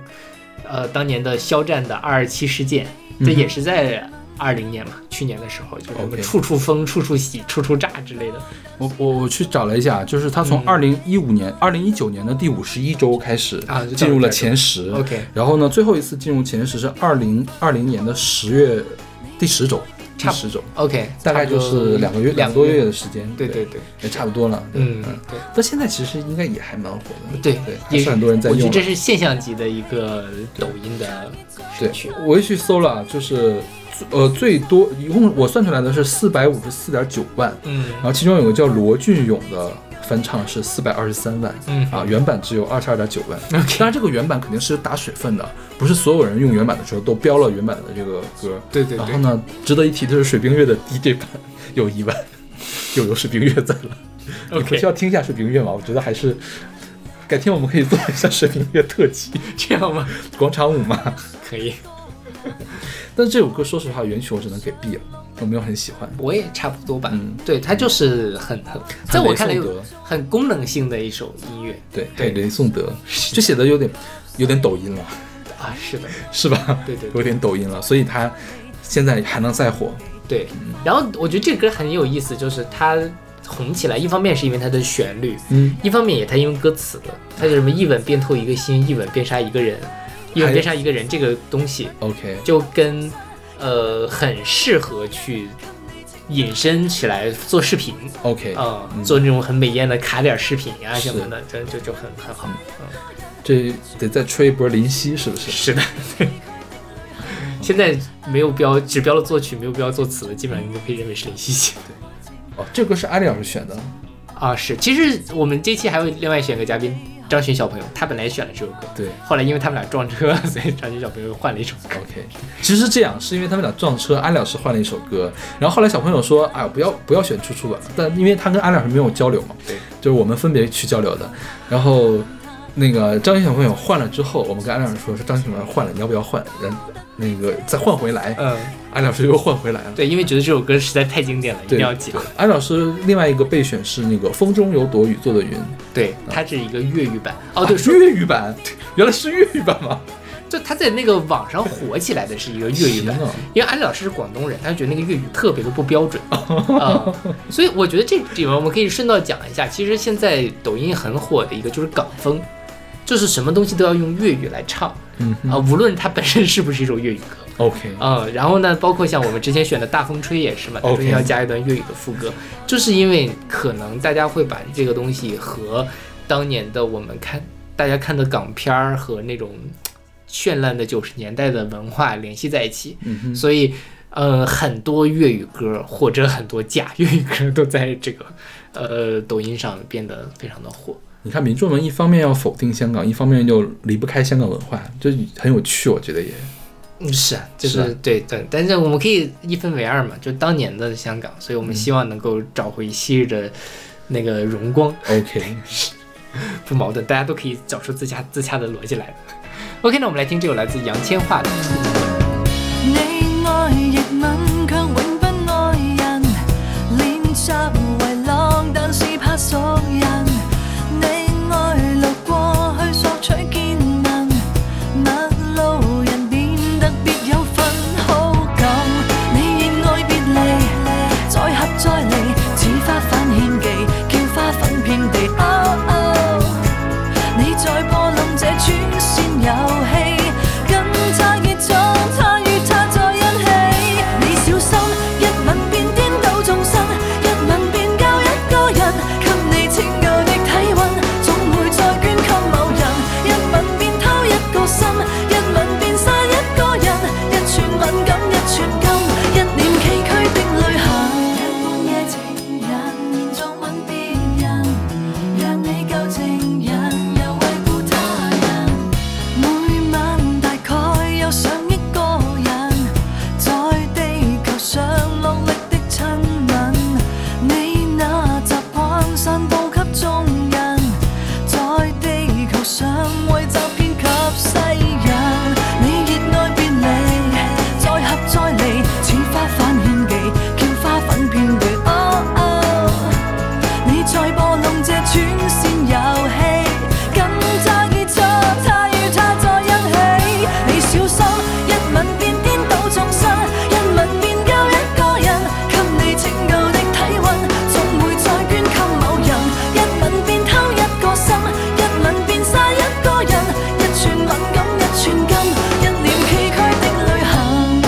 Speaker 1: 呃当年的肖战的二二七事件，
Speaker 2: 嗯
Speaker 1: 这
Speaker 2: 哼
Speaker 1: 也是在。二零年嘛，去年的时候就是什么
Speaker 2: OK
Speaker 1: 处处风、处处喜、处处炸之类的。
Speaker 2: 我我我去找了一下，就是他从
Speaker 1: 嗯
Speaker 2: 二零一五年、二零一九年的第五十一周开始
Speaker 1: 啊就
Speaker 2: 进入
Speaker 1: 到
Speaker 2: 了
Speaker 1: 这
Speaker 2: 前十。
Speaker 1: OK
Speaker 2: 然后呢，最后一次进入前十是二零二零年的十月第十周，第
Speaker 1: 差不
Speaker 2: 十周，
Speaker 1: OK，
Speaker 2: 大概就是两个月、
Speaker 1: 两
Speaker 2: 两
Speaker 1: 个
Speaker 2: 个多月的，时间。
Speaker 1: 对对，对，
Speaker 2: 也差不多了。对
Speaker 1: 嗯，对。
Speaker 2: 到现在其实应该也还蛮火的。
Speaker 1: 对
Speaker 2: 对，还
Speaker 1: 也
Speaker 2: 是很多人在
Speaker 1: 我
Speaker 2: 用
Speaker 1: 觉
Speaker 2: 的。
Speaker 1: 得这是现象级的一个抖音的社
Speaker 2: 对
Speaker 1: 区。，
Speaker 2: 我也去搜了啊，就是呃最多一共我算出来的是四百五十四点九万，
Speaker 1: 嗯
Speaker 2: 然后其中有个叫罗俊勇的翻唱是四百二十三万，
Speaker 1: 嗯
Speaker 2: 啊，原版只有二十二点九万。
Speaker 1: OK
Speaker 2: 当然，这个原版肯定是打水分的，不是所有人用原版的时候都标了原版的这个歌。
Speaker 1: 对对对
Speaker 2: 然后呢，值得一提的是水冰月的 DJ 版有一万，又有水冰月在了。你
Speaker 1: OK
Speaker 2: 不需要听一下水冰月吗？我觉得还是改天我们可以做一下水冰月特辑，
Speaker 1: 这样吗？
Speaker 2: 广场舞嘛。
Speaker 1: 可以，
Speaker 2: 但是这首歌，说实话，原曲我只能给 B 了，我没有很喜欢。
Speaker 1: 我也差不多吧。
Speaker 2: 嗯
Speaker 1: 对，它就是很很，在我看来
Speaker 2: 雷颂
Speaker 1: 有
Speaker 2: 德
Speaker 1: 很功能性的一首音乐
Speaker 2: 对，还
Speaker 1: 对
Speaker 2: 有雷颂德，就写的有点有点抖音了，
Speaker 1: 啊。是的，
Speaker 2: 是吧？
Speaker 1: 对对对
Speaker 2: 有点抖音了，所以他现在还能再火。
Speaker 1: 对。然后我觉得这个歌很有意思，就是它红起来，一方面是因为它的旋律，
Speaker 2: 嗯，
Speaker 1: 一方面也它因为歌词，它就是什么一吻变透一个心，一吻变杀一个人，一吻
Speaker 2: 还有
Speaker 1: 变杀一个人这个东西，
Speaker 2: OK，
Speaker 1: 就跟呃，很适合去引申起来做视频，
Speaker 2: OK，
Speaker 1: 啊、
Speaker 2: 嗯
Speaker 1: 做那种很美艳的卡点视频啊
Speaker 2: 是
Speaker 1: 什么的，这就就很很好。嗯，
Speaker 2: 这得再吹一波林夕，是不是？
Speaker 1: 是的。 现在没有标，只标了作曲，没有标作词的，基本上你都可以认为是林夕写的。
Speaker 2: 哦，这歌是阿丽老师选的，
Speaker 1: 啊，是。其实我们这期还有另外选个嘉宾，张巡小朋友，他本来选了这首歌，
Speaker 2: 对
Speaker 1: 后来因为他们俩撞车，所以张巡小朋友换了一首歌。
Speaker 2: OK，其实是这样，是因为他们俩撞车，安老师换了一首歌，然后后来小朋友说，哎，不要不要选出处吧，但因为他跟安老师没有交流嘛，
Speaker 1: 对，
Speaker 2: 就是我们分别去交流的，然后那个张鑫小朋友换了之后，我们跟安老师说，说张鑫小朋友换了，你要不要换？然那个再换回来，
Speaker 1: 嗯，
Speaker 2: 安老师又换回来了。
Speaker 1: 对，因为觉得这首歌实在太经典了，一定
Speaker 2: 对
Speaker 1: 要讲。
Speaker 2: 安老师另外一个备选是那个《风中有朵雨做的云》，
Speaker 1: 对，它是一个粤语版。哦，对，
Speaker 2: 啊
Speaker 1: 说
Speaker 2: 粤语版， 原来是粤语版 吗？
Speaker 1: 就他在那个网上火起来的是一个粤语版
Speaker 2: 行啊，
Speaker 1: 因为安老师是广东人，他觉得那个粤语特别的不标 准啊、所以我觉得这里面我们可以顺道讲一下，其实现在抖音很火的一个就是港风，就是什么东西都要用粤语来唱啊、
Speaker 2: 嗯哼
Speaker 1: 无论它本身是不是一首粤语歌。
Speaker 2: ，OK，
Speaker 1: 嗯，然后呢，包括像我们之前选的《大风吹》也是嘛，它
Speaker 2: OK
Speaker 1: 中间要加一段粤语的副歌，就是因为可能大家会把这个东西和当年的我们看大家看的港片儿和那种绚烂的九十年代的文化联系在一起，
Speaker 2: 嗯哼，
Speaker 1: 所以呃，很多粤语歌或者很多假粤语歌都在这个呃抖音上变得非常的火。
Speaker 2: 你看，民众们一方面要否定香港，一方面又离不开香港文化，这很有趣，我觉得也
Speaker 1: 嗯，是啊，就是
Speaker 2: 啊
Speaker 1: 对对，但是我们可以一分为二嘛，就当年的香港，所以我们希望能够找回昔日的那个荣光，
Speaker 2: OK。
Speaker 1: 不矛盾，大家都可以找出自洽自洽的逻辑来。OK，那我们来听这首来自杨千嬅的《出国
Speaker 7: 你愛亦敏，卻永不愛人。練習為樂，但是怕熟人。你愛路過去索取見聞，陌路人變得別有份好感。你熱愛別離，再合再離，似花瓣獻技，叫花粉遍地。Oh oh。你在破弄這穿線遊戲，跟他結束，他與他在一起。你小心，一吻便顛倒眾生，一吻便教一個人，給你遷就的體温，總會再捐給某人。一吻便偷一個心，一吻便殺一個人，一寸敏感一寸金，一臉崎嶇的旅行。一般夜情人，現狀吻別人。讓你夠情人，又惠顧他人。每晚大概有上億個人，在地球上落力的親吻。你那習慣散佈給眾人，在地球上為詐騙及世人。你熱愛別離，再合再離，似花瓣獻技，叫花粉遍地。Oh oh。你在播弄這串線遊戲，跟他結束，他與他在一起。你小心，一吻便顛倒眾生，一吻便交一個人，給你拯救的體温，總會再捐給某人。一吻便偷一個心，一吻便殺一個人，一寸敏感一寸金，一臉崎嶇的旅行。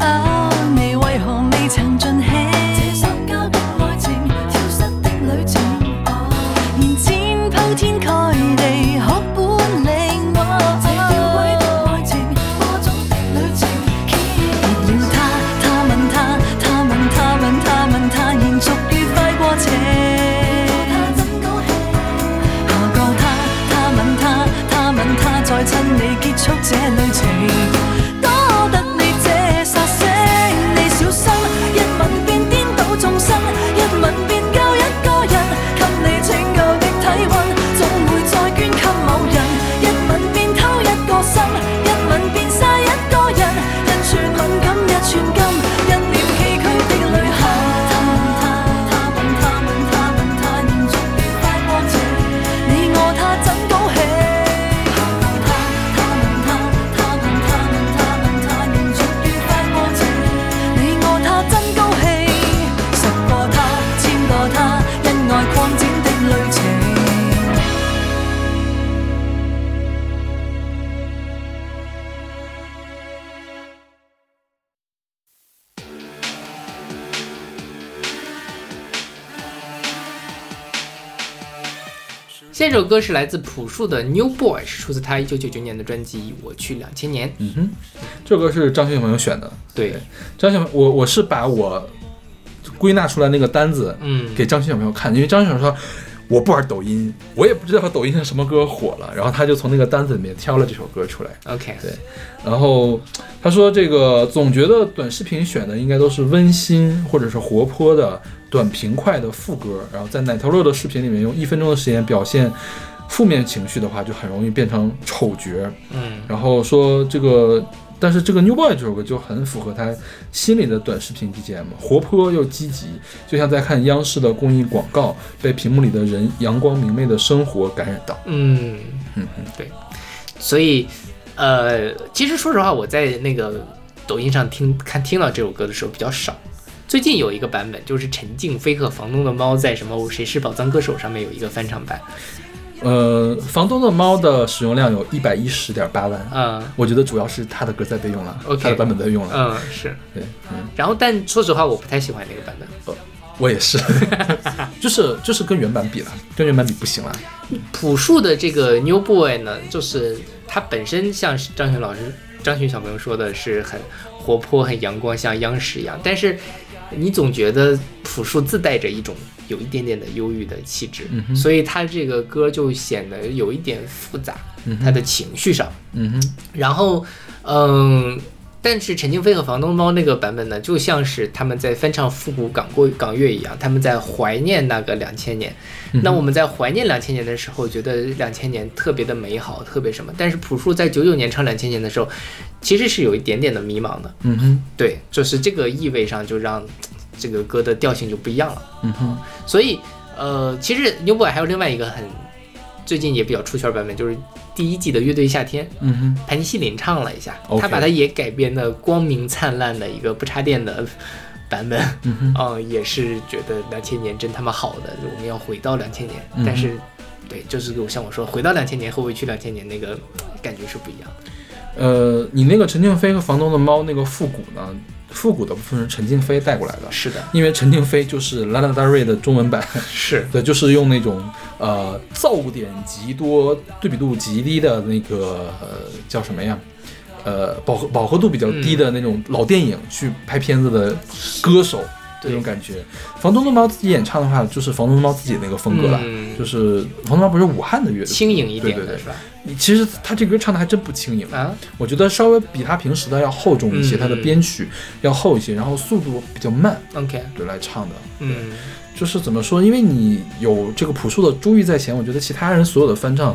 Speaker 7: 啊，你為何未曾盡興？這相交的愛情，消失的旅程，延展鋪天蓋地，學本領。這吊詭的愛情，播種的旅程，熱了他，他吻他，他吻他吻他吻他，延續愉快過程。他真高興。下個他，他吻他，他吻他，再親你結束這旅程。多得你這殺星，你小心，一吻便顛倒眾生，一吻便交一個人，給你拯救的體温，總會再捐給某人。一吻便偷一個心，一吻便殺一個人，一寸敏感一寸金，一臉崎嶇的旅行。他吻他，他吻他吻他吻他，延續愉快過程。你我他真高興。他吻他，他吻他，他吻
Speaker 1: 下一首歌是来自朴树的《New Boy》，是出自他一九九九年的专辑《我去两千年》。
Speaker 2: 嗯哼， 这首歌是张学友朋友选的。
Speaker 1: 对，
Speaker 2: 张学友，我我是把我归纳出来那个单子，
Speaker 1: 嗯
Speaker 2: 给张学友朋友看，因为张学友说。我不玩抖音，我也不知道抖音上什么歌火了，然后他就从那个单子里面挑了这首歌出来。
Speaker 1: ，OK，
Speaker 2: 对然后他说这个总觉得短视频选的应该都是温馨或者是活泼的、短平快的副歌，然后在奶头乐的视频里面用一分钟的时间表现负面情绪的话，就很容易变成丑角。
Speaker 1: 嗯
Speaker 2: 然后说这个，但是这个 New Boy 这首歌就很符合他心里的短视频 BGM，活泼又积极，就像在看央视的公益广告，被屏幕里的人阳光明媚的生活感染到。
Speaker 1: 嗯，对，所以呃，其实说实话，我在那个抖音上听看听到这首歌的时候比较少。最近有一个版本，就是陈静飞和房东的猫在什么“谁是宝藏歌手”上面有一个翻唱版，
Speaker 2: 呃，房东的猫的使用量有一百一十点八万。
Speaker 1: 嗯
Speaker 2: 我觉得主要是他的歌在被用了
Speaker 1: OK
Speaker 2: 他的版本在用了。
Speaker 1: 嗯是，
Speaker 2: 对，嗯，
Speaker 1: 然后但说实话，我不太喜欢那个版本。
Speaker 2: 我也是， 就是就是跟原版比了，跟原版比不行了。
Speaker 1: 朴树的这个 New Boy 呢，就是他本身像是张学老师、张学小朋友说的是很活泼、很阳光，像央视一样。但是你总觉得朴树自带着一种有一点点的忧郁的气质，
Speaker 2: 嗯哼
Speaker 1: 所以他这个歌就显得有一点复杂，
Speaker 2: 嗯哼
Speaker 1: 他的情绪上。
Speaker 2: 嗯哼，
Speaker 1: 然后，嗯，但是陈静飞和房东猫那个版本呢，就像是他们在翻唱复古港过港乐一样，他们在怀念那个两千年。那我们在怀念两千年的时候，觉得两千年特别的美好，特别什么。但是朴树在九九年唱两千年的时候，其实是有一点点的迷茫的。
Speaker 2: 嗯哼，
Speaker 1: 对，就是这个意味上就让这个歌的调性就不一样了。
Speaker 2: 嗯哼，
Speaker 1: 所以，呃，其实 New Boy 还有另外一个很最近也比较出圈版本，就是第一季的乐队夏天。
Speaker 2: 嗯哼，
Speaker 1: 盘尼西林唱了一下，
Speaker 2: OK
Speaker 1: 他把它也改编的光明灿烂的一个不插电的版本，嗯、也是觉得两千年真他妈好的，我们要回到两千年，
Speaker 2: 嗯
Speaker 1: 但是。对，就是我像我说，回到两千年和回去两千年那个感觉是不一样的。
Speaker 2: 呃，你那个陈静飞和房东的猫那个复古呢？复古的部分是陈静飞带过来的，
Speaker 1: 是的，
Speaker 2: 因为陈静飞就是拉拉达瑞的中文版，
Speaker 1: 是
Speaker 2: 对，就是用那种呃噪点极多、对比度极低的那个呃叫什么呀？呃，饱和饱和度比较低
Speaker 1: 嗯
Speaker 2: 的那种老电影去拍片子的歌手，
Speaker 1: 对
Speaker 2: 那种感觉。房东的猫自己演唱的话，就是房东的猫自己那个风格了，
Speaker 1: 嗯
Speaker 2: 就是房东的猫不是武汉的乐队，
Speaker 1: 轻盈一点
Speaker 2: 对对
Speaker 1: 的
Speaker 2: 对
Speaker 1: 是吧？
Speaker 2: 你其实他这歌唱的还真不轻盈，
Speaker 1: 啊，
Speaker 2: 我觉得稍微比他平时的要厚重一些，
Speaker 1: 嗯
Speaker 2: 他的编曲要厚一些，然后速度比较慢，
Speaker 1: OK，
Speaker 2: 对来唱的。
Speaker 1: 嗯，
Speaker 2: 就是怎么说？因为你有这个朴树的珠玉在前，我觉得其他人所有的翻唱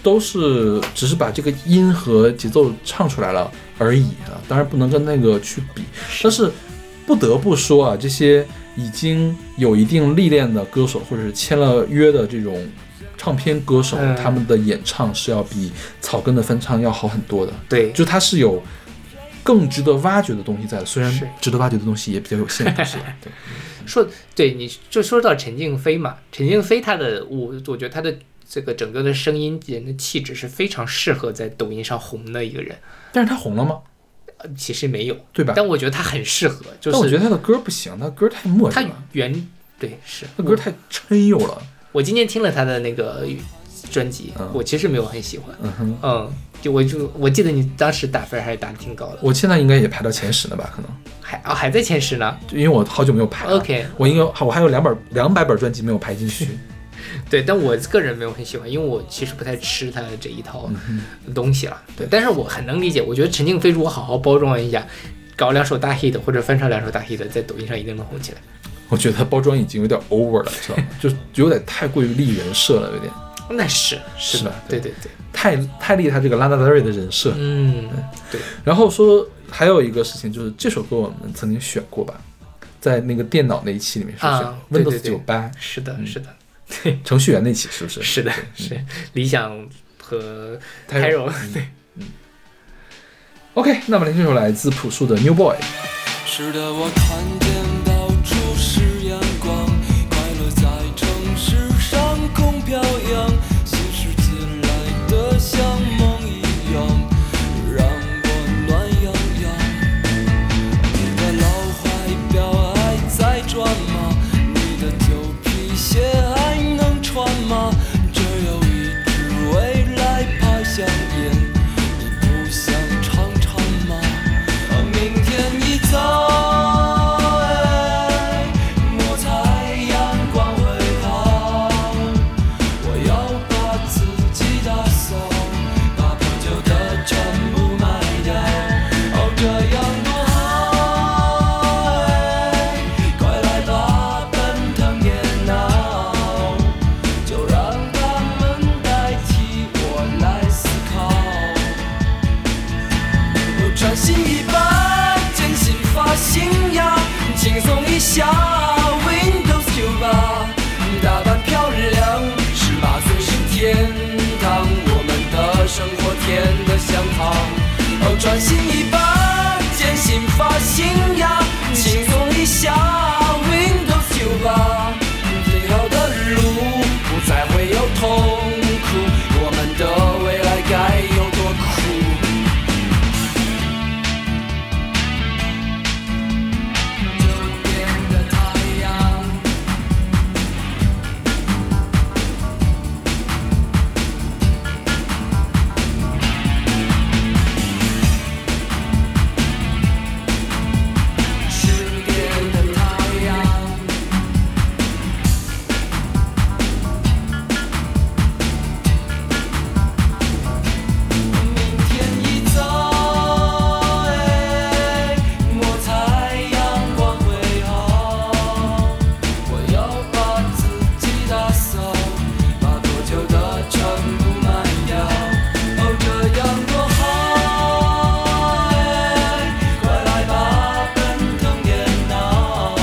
Speaker 2: 都是只是把这个音和节奏唱出来了而已啊，当然不能跟那个去比。但是不得不说啊，这些已经有一定历练的歌手，或者是签了约的这种唱片歌手，
Speaker 1: 嗯
Speaker 2: 他们的演唱是要比草根的翻唱要好很多的。
Speaker 1: 对，
Speaker 2: 就它是有更值得挖掘的东西在的，虽然
Speaker 1: 是
Speaker 2: 值得挖掘的东西也比较有 限，但是对，
Speaker 1: 说对，你就说到陈静飞嘛，陈静飞她的我我觉得她的这个整个的声音人的气质是非常适合在抖音上红的一个人，
Speaker 2: 但是他红了吗？
Speaker 1: 呃其实没有，
Speaker 2: 对吧？
Speaker 1: 但我觉得她很适合，就
Speaker 2: 但我觉
Speaker 1: 是
Speaker 2: 得他的歌不行，他歌太磨叽
Speaker 1: 她
Speaker 2: 了，
Speaker 1: 原对是
Speaker 2: 他歌太嗔悠了。
Speaker 1: 我今天听了她的那个专辑，
Speaker 2: 嗯
Speaker 1: 我其实没有很喜欢，
Speaker 2: 嗯哼，
Speaker 1: 嗯，就我就我记得你当时打分还是打的挺高的，
Speaker 2: 我现在应该也排到前十了吧？可能，
Speaker 1: 还啊还在前十呢
Speaker 2: 就因为我好久没有排了。
Speaker 1: ，OK，
Speaker 2: 我应该我还有两本两百本专辑没有排进 去。
Speaker 1: 对，但我个人没有很喜欢，因为我其实不太吃他的这一套
Speaker 2: 嗯
Speaker 1: 东西了。
Speaker 2: 对
Speaker 1: 但是我很能理解，我觉得陈静飞如果好好包装一下，搞两首大 hit 或者翻唱两首大 hit，在抖音上一定能红起来。
Speaker 2: 我觉得包装已经有点 over 了，知道吗？就有点太过于立人设了，有点
Speaker 1: 那是
Speaker 2: 是
Speaker 1: 的
Speaker 2: 吧，
Speaker 1: 对
Speaker 2: 对
Speaker 1: 对对，
Speaker 2: 太太立他这个拉纳德瑞的人设。
Speaker 1: 嗯，对，
Speaker 2: 然后说还有一个事情就是这首歌我们曾经选过吧，在那个电脑那一期里面是不是、
Speaker 1: 啊对对
Speaker 2: Windows
Speaker 1: 对
Speaker 2: 九八
Speaker 1: 是的，
Speaker 2: 嗯
Speaker 1: 是的，
Speaker 2: 程序员那期是不是？
Speaker 1: 是的
Speaker 2: 对，嗯
Speaker 1: 是理想和
Speaker 2: Tyro
Speaker 1: 开柔，对。
Speaker 2: OK，那么来听这首来自朴树的 New Boy。
Speaker 3: 是的，我看见到处是阳光，快乐在城市上空飘扬，心事进来的像梦一样，让我暖洋洋。你的老怀表还在转吗？你的旧皮鞋还能穿吗？这样哎哦下 Windows 九八，打扮漂亮，十八岁是天堂，我们的生活甜得像糖。哦，转型一把，剪新发型呀，轻松一下 Windows 九八，最后的路不再会有痛苦，我们的未来该有多酷？右边的太阳，失边的太阳。明天一早，哎，莫猜阳光会好。我要把自己打扫，把多久的全部卖掉。哦，这样多好，哎，快来吧，奔腾电脑，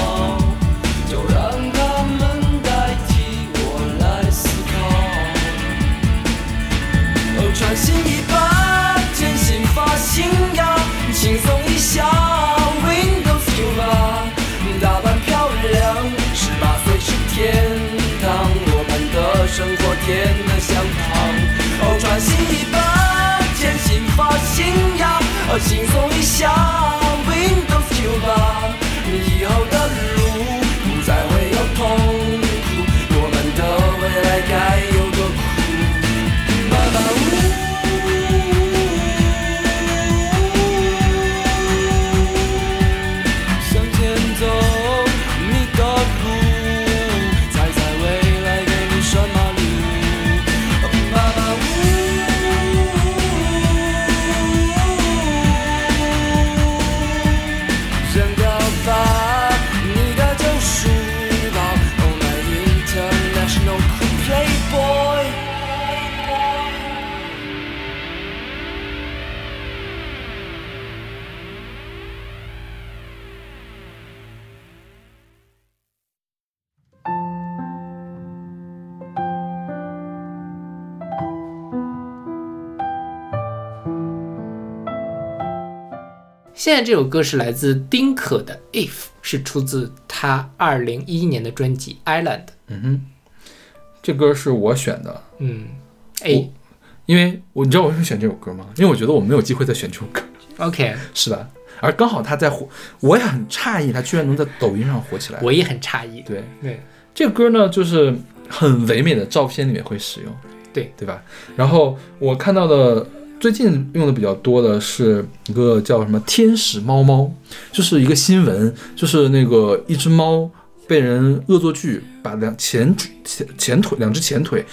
Speaker 3: 就让它们代替我来思考。哦，穿新衣吧，剪新发型呀，轻松一下，Windows 九八，打扮漂亮，十八岁是天堂，我们的生活甜得像糖。哦，穿新衣吧，剪新发型呀，哦，轻松一下，Windows 九八，以后的路不再会有痛苦，我们的未来该有多酷？爸爸向前走，你的路，猜猜未来给你什么礼物？爸爸扔掉吧，你的旧书包。Oh my international cool playboy。
Speaker 1: 现在这首歌是来自丁可的《If》，是出自他二零一一年的专辑《Island》。
Speaker 2: 嗯哼，这歌是我选的，
Speaker 1: 嗯，A
Speaker 2: 因为我你知道我为什么选这首歌吗？因为我觉得我没有机会再选这首歌，
Speaker 1: OK，
Speaker 2: 是吧？而刚好他在火，我也很诧异，他居然能在抖音上火起来。
Speaker 1: 我也很诧异。
Speaker 2: 对
Speaker 1: 对，
Speaker 2: 这个歌呢，就是很唯美的照片里面会使用，
Speaker 1: 对
Speaker 2: 对吧？然后我看到的最近用的比较多的是一个叫什么“天使猫猫”，就是一个新闻，就是那个一只猫被人恶作剧把两前前前腿两只前腿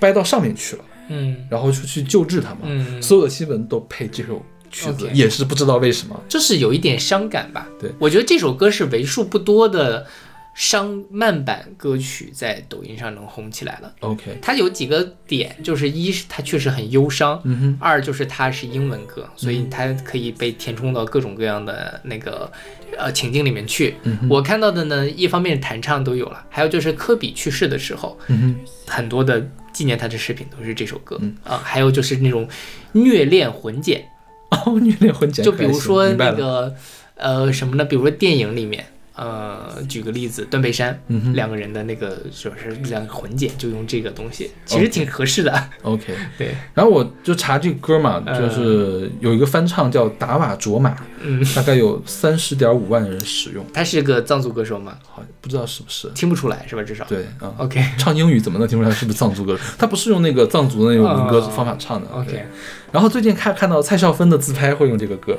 Speaker 2: 掰到上面去了，
Speaker 1: 嗯
Speaker 2: 然后就去救治它嘛。
Speaker 1: 嗯，
Speaker 2: 啊所有的新闻都配这首曲子
Speaker 1: OK
Speaker 2: 也是不知道为什么。
Speaker 1: 就是有一点伤感吧。
Speaker 2: 对
Speaker 1: 我觉得这首歌是为数不多的伤慢版歌曲在抖音上能红起来了。
Speaker 2: OK，
Speaker 1: 它有几个点，就是一是它确实很忧伤，
Speaker 2: 嗯哼，
Speaker 1: 二就是它是英文歌，所以它可以被填充到各种各样的那个呃情境里面去。
Speaker 2: 嗯
Speaker 1: 我看到的呢，一方面弹唱都有了，还有就是科比去世的时候，
Speaker 2: 嗯哼。
Speaker 1: 很多的纪念他的视频都是这首歌
Speaker 2: 嗯
Speaker 1: 啊，还有就是那种虐恋混剪，
Speaker 2: 哦，虐恋婚前
Speaker 1: 就比如说
Speaker 2: 明
Speaker 1: 那
Speaker 2: 白了，
Speaker 1: 个呃什么呢？比如说电影里面，呃，举个例子，断背山、
Speaker 2: 嗯哼
Speaker 1: 两个人的那个就是两个混剪，就用这个东西，其实
Speaker 2: OK
Speaker 1: 挺合适的。
Speaker 2: OK。
Speaker 1: 对，
Speaker 2: 然后我就查这个歌嘛，
Speaker 1: 呃
Speaker 2: 就是有一个翻唱叫达瓦卓玛，
Speaker 1: 嗯，
Speaker 2: 大概有三十点五万人使用，
Speaker 1: 他是个藏族歌手嘛，
Speaker 2: 好不知道是不是？
Speaker 1: 听不出来是吧？至少
Speaker 2: 对啊。
Speaker 1: OK
Speaker 2: 唱英语怎么能听出来是不是藏族歌手？他不是用那个藏族的那种民歌方法唱的。对
Speaker 1: 哦 OK，
Speaker 2: 然后最近看看到蔡少芬的自拍会用这个歌，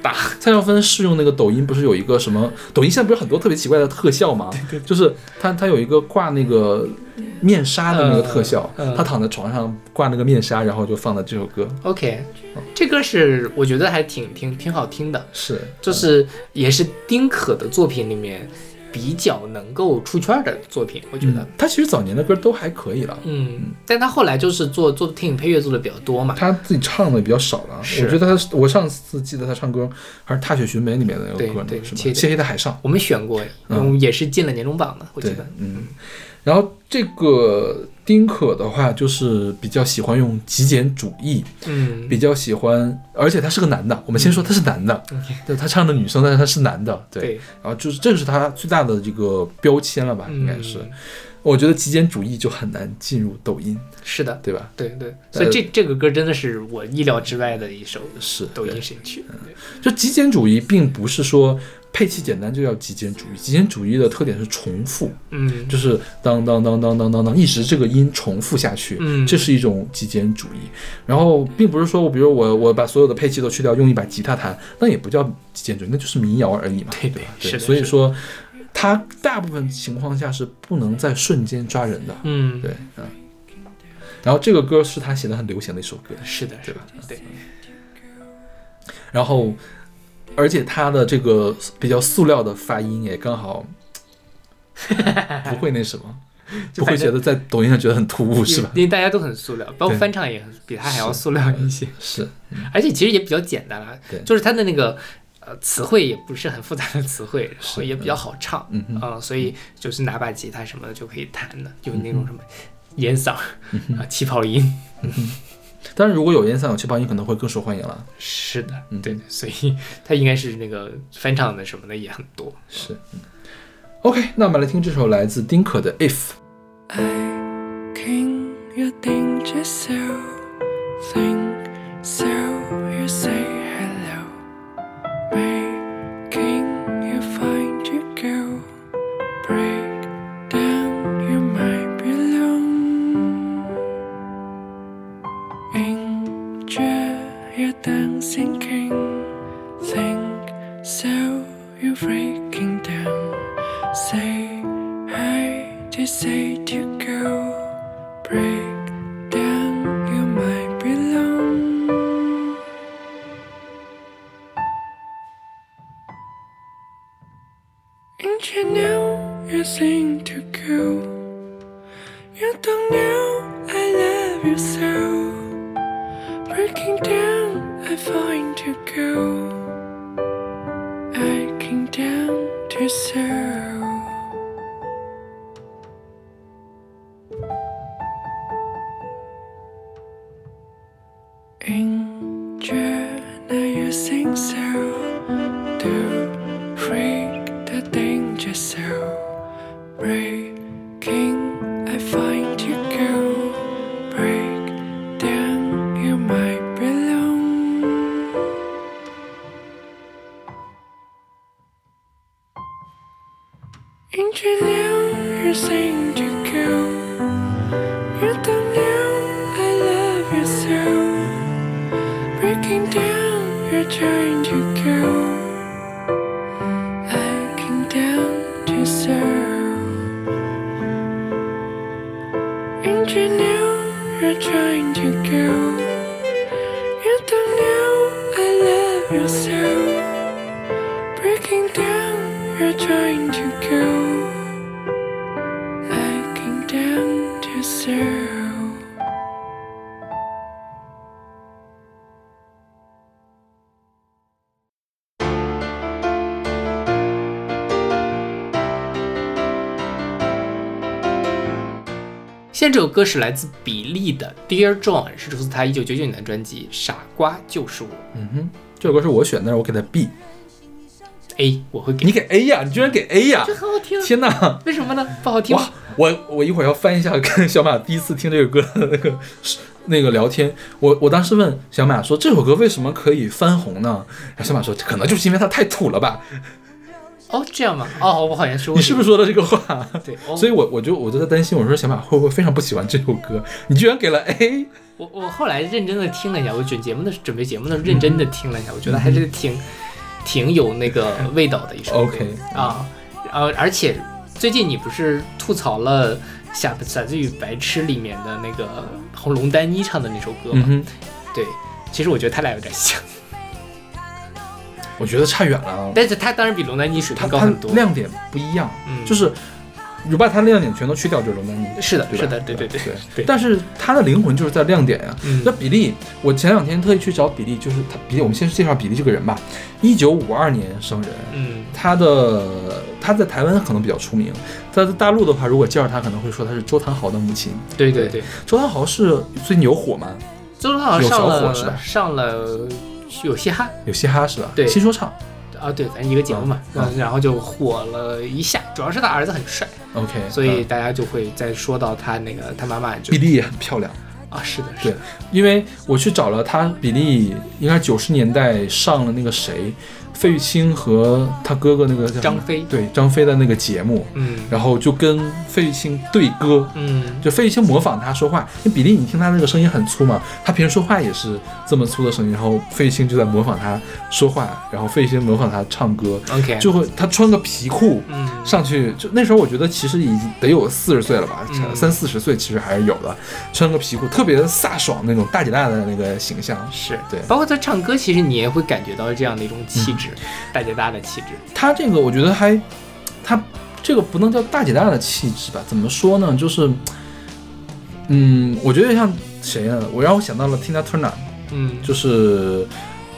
Speaker 1: 大
Speaker 2: 蔡少芬是用那个抖音，不是有一个什么抖音现在不是很多特别奇怪的特效吗？就是她她有一个挂那个面纱的那个特效，
Speaker 1: 嗯嗯
Speaker 2: 她躺在床上挂那个面纱，然后就放的这首歌，
Speaker 1: OK，这歌是我觉得还挺挺挺好听的，
Speaker 2: 是
Speaker 1: 就是也是丁可的作品里面。比较能够出圈的作品，我觉得。
Speaker 2: 他其实早年的歌都还可以了，
Speaker 1: 嗯，但他后来就是做做电影配乐做的比较多嘛，
Speaker 2: 他自己唱的比较少了。
Speaker 1: 是
Speaker 2: 我觉得他，我上次记得他唱歌还是《踏雪寻梅》里面的那个
Speaker 1: 对
Speaker 2: 歌呢
Speaker 1: 对，
Speaker 2: 是吧？
Speaker 1: 切
Speaker 2: 谢
Speaker 1: 的
Speaker 2: 谢的海上。
Speaker 1: 我们选过，嗯，也是进了年终榜的，我记
Speaker 2: 对
Speaker 1: 得。，
Speaker 2: 嗯。然后这个丁可的话，就是比较喜欢用极简主义，
Speaker 1: 嗯，
Speaker 2: 比较喜欢，而且他是个男的。我们先说他是男的，对他唱的女生，但是他是男的，对。
Speaker 1: 嗯对，
Speaker 2: 然后就是这是他最大的这个标签了吧，应该是。
Speaker 1: 嗯
Speaker 2: 我觉得极简主义就很难进入抖音，
Speaker 1: 是的，
Speaker 2: 对吧？
Speaker 1: 对对，所以这这个歌真的是我意料之外的一首
Speaker 2: 是
Speaker 1: 抖
Speaker 2: 呃对
Speaker 1: 音神曲。对
Speaker 2: 就极简主义并不是说配器简单就叫极简主义，极简主义的特点是重复，
Speaker 1: 嗯，
Speaker 2: 就是当当当当当当当，一直这个音重复下去，
Speaker 1: 嗯
Speaker 2: 这是一种极简主义。然后并不是说我，比如我我把所有的配器都去掉，用一把吉他弹，那也不叫极简主义，那就是民谣而已嘛，
Speaker 1: 对
Speaker 2: 对吧？
Speaker 1: 是
Speaker 2: 对，
Speaker 1: 的
Speaker 2: 所以
Speaker 1: 是的
Speaker 2: 说它大部分情况下是不能在瞬间抓人的，
Speaker 1: 嗯，
Speaker 2: 对，嗯。然后这个歌是他写的很流行的一首歌，
Speaker 1: 是的，是
Speaker 2: 对
Speaker 1: 的
Speaker 2: 吧，
Speaker 1: 对，
Speaker 2: 然后，而且他的这个比较塑料的发音也刚好不会那什么，
Speaker 1: 就
Speaker 2: 不会
Speaker 1: 反
Speaker 2: 觉
Speaker 1: 正
Speaker 2: 得在抖音上觉得很突兀是吧
Speaker 1: 因？为因为大家都很塑料，包括
Speaker 2: 对
Speaker 1: 翻唱也很比他还要塑料一些，
Speaker 2: 是，
Speaker 1: 而且其实也比较简单啦
Speaker 2: 对，
Speaker 1: 就是他的那个呃词汇也不是很复杂的词汇，然后
Speaker 2: 是
Speaker 1: 也比较好唱，
Speaker 2: 嗯嗯哼
Speaker 1: 啊、所以就是拿把吉他什么的就可以弹的，有那种什么烟嗓儿
Speaker 2: 嗯
Speaker 1: 啊、气泡音，
Speaker 2: 但是如果有烟嗓有气泡音，可能会更受欢迎了。
Speaker 1: 是的，
Speaker 2: 嗯
Speaker 1: 对，所以他应该是那个翻唱的什么的也很多，
Speaker 2: 是、嗯、，OK，那我们来听这首来自丁可的《If》。
Speaker 8: I can you think just so think so you say hello making you find your girl break down you might be alone enjoy your dancing king think so you breaking down Say hi to say to go. Break down, you might be alone. And you know you seem to go. You don't know I love you so. Breaking down, I find to go. I came down to serve. Enjoy, now you sing so. Do freak the danger so. Breaking, I find you go. Break down, you might belong. Into now you seem to go. You don't know I love you so. Breaking down, you're trying to go. I came down to serve. Into now you're trying to go. You don't know I love you so. Breaking down, you're trying to go. Looking down to zero.
Speaker 1: 现在这首歌是来自比利的《Dear John》，是出自他一九九九年的专辑《傻瓜就是我》
Speaker 2: 嗯哼，这首歌是我选，但是我给他 B，
Speaker 1: ，A 哎我会给
Speaker 2: 你给 A 呀？你居然给 A 呀
Speaker 1: 这？很好听，啊
Speaker 2: 天哪！
Speaker 1: 为什么呢？不好听吗
Speaker 2: 哇，我我一会儿要翻一下跟小马第一次听这个歌的那个那个聊天。我我当时问小马说这首歌为什么可以翻红呢？然后小马说可能就是因为它太土了吧。
Speaker 1: 哦，这样吗？哦，我好像说过
Speaker 2: 你是不是说的这个话？
Speaker 1: 对哦
Speaker 2: 所以我我就我就在担心，我说小马会不会非常不喜欢这首歌？你居然给了 A，
Speaker 1: 我我后来认真的听了一下，我准节目的准备节目的时候认真的听了一下，我觉
Speaker 2: 嗯
Speaker 1: 得还是挺挺有那个味道的一首歌
Speaker 2: OK
Speaker 1: 啊，呃，而且最近你不是吐槽了《傻傻子与白痴》里面的那个红龙丹妮唱的那首歌吗？
Speaker 2: 嗯哼，
Speaker 1: 对，其实我觉得他俩有点像，
Speaker 2: 我觉得差远了啊。
Speaker 1: 但是它当然比龙丹妮水
Speaker 2: 它
Speaker 1: 平高
Speaker 2: 它
Speaker 1: 很多。
Speaker 2: 亮点不一样，
Speaker 1: 嗯
Speaker 2: 就是你把它亮点全都去掉，就是龙丹妮。
Speaker 1: 是的，
Speaker 2: 对吧
Speaker 1: 是的，对对对
Speaker 2: 对
Speaker 1: 对。
Speaker 2: 但是它的灵魂就是在亮点呀、啊
Speaker 1: 嗯
Speaker 2: 那比利，我前两天特意去找比利，就是他比利，我们先介绍比利这个人吧。一九五二年生人，
Speaker 1: 嗯
Speaker 2: 他的他在台湾可能比较出名，在大陆的话，如果介绍他，可能会说他是周汤豪的母亲。，
Speaker 1: 对对对，
Speaker 2: 周汤豪是最近有火吗？
Speaker 1: 周汤豪
Speaker 2: 有
Speaker 1: 上
Speaker 2: 小伙是吧
Speaker 1: 了上了有嘻哈
Speaker 2: 有嘻哈是吧？
Speaker 1: 对
Speaker 2: 新说唱。
Speaker 1: 啊，对，咱一个节目嘛，
Speaker 2: 嗯
Speaker 1: 嗯，然后就火了一下，主要是他儿子很帅，
Speaker 2: OK，
Speaker 1: 所以
Speaker 2: 嗯
Speaker 1: 大家就会再说到他那个他妈妈就
Speaker 2: 比利也很漂亮。
Speaker 1: 啊，是的，是
Speaker 2: 对
Speaker 1: 的，，
Speaker 2: 因为我去找了他，比利应该九十年代上了那个谁，费玉清和他哥哥那个叫什么
Speaker 1: 张飞
Speaker 2: 对张飞的那个节目，
Speaker 1: 嗯
Speaker 2: 然后就跟费玉清对歌，
Speaker 1: 嗯，
Speaker 2: 就费玉清模仿他说话。因为比利，你听他那个声音很粗嘛，他平时说话也是这么粗的声音，然后费玉清就在模仿他说话，然后费玉清模仿他唱歌，
Speaker 1: OK，
Speaker 2: 就会他穿个皮裤。
Speaker 1: 嗯
Speaker 2: 上去就那时候，我觉得其实已经得有四十岁了吧，
Speaker 1: 嗯
Speaker 2: 三四十岁其实还是有的。穿个皮裤，特别飒爽那种大姐大的那个形象。
Speaker 1: 是
Speaker 2: 对嗯
Speaker 1: 包括他唱歌，其实你也会感觉到这样的一种气质，大姐大的气质，
Speaker 2: 她这个我觉得还，她这个不能叫大姐大的气质吧？怎么说呢？就是，嗯，我觉得像谁呢？我让我想到了 Tina Turner，
Speaker 1: 嗯，
Speaker 2: 就是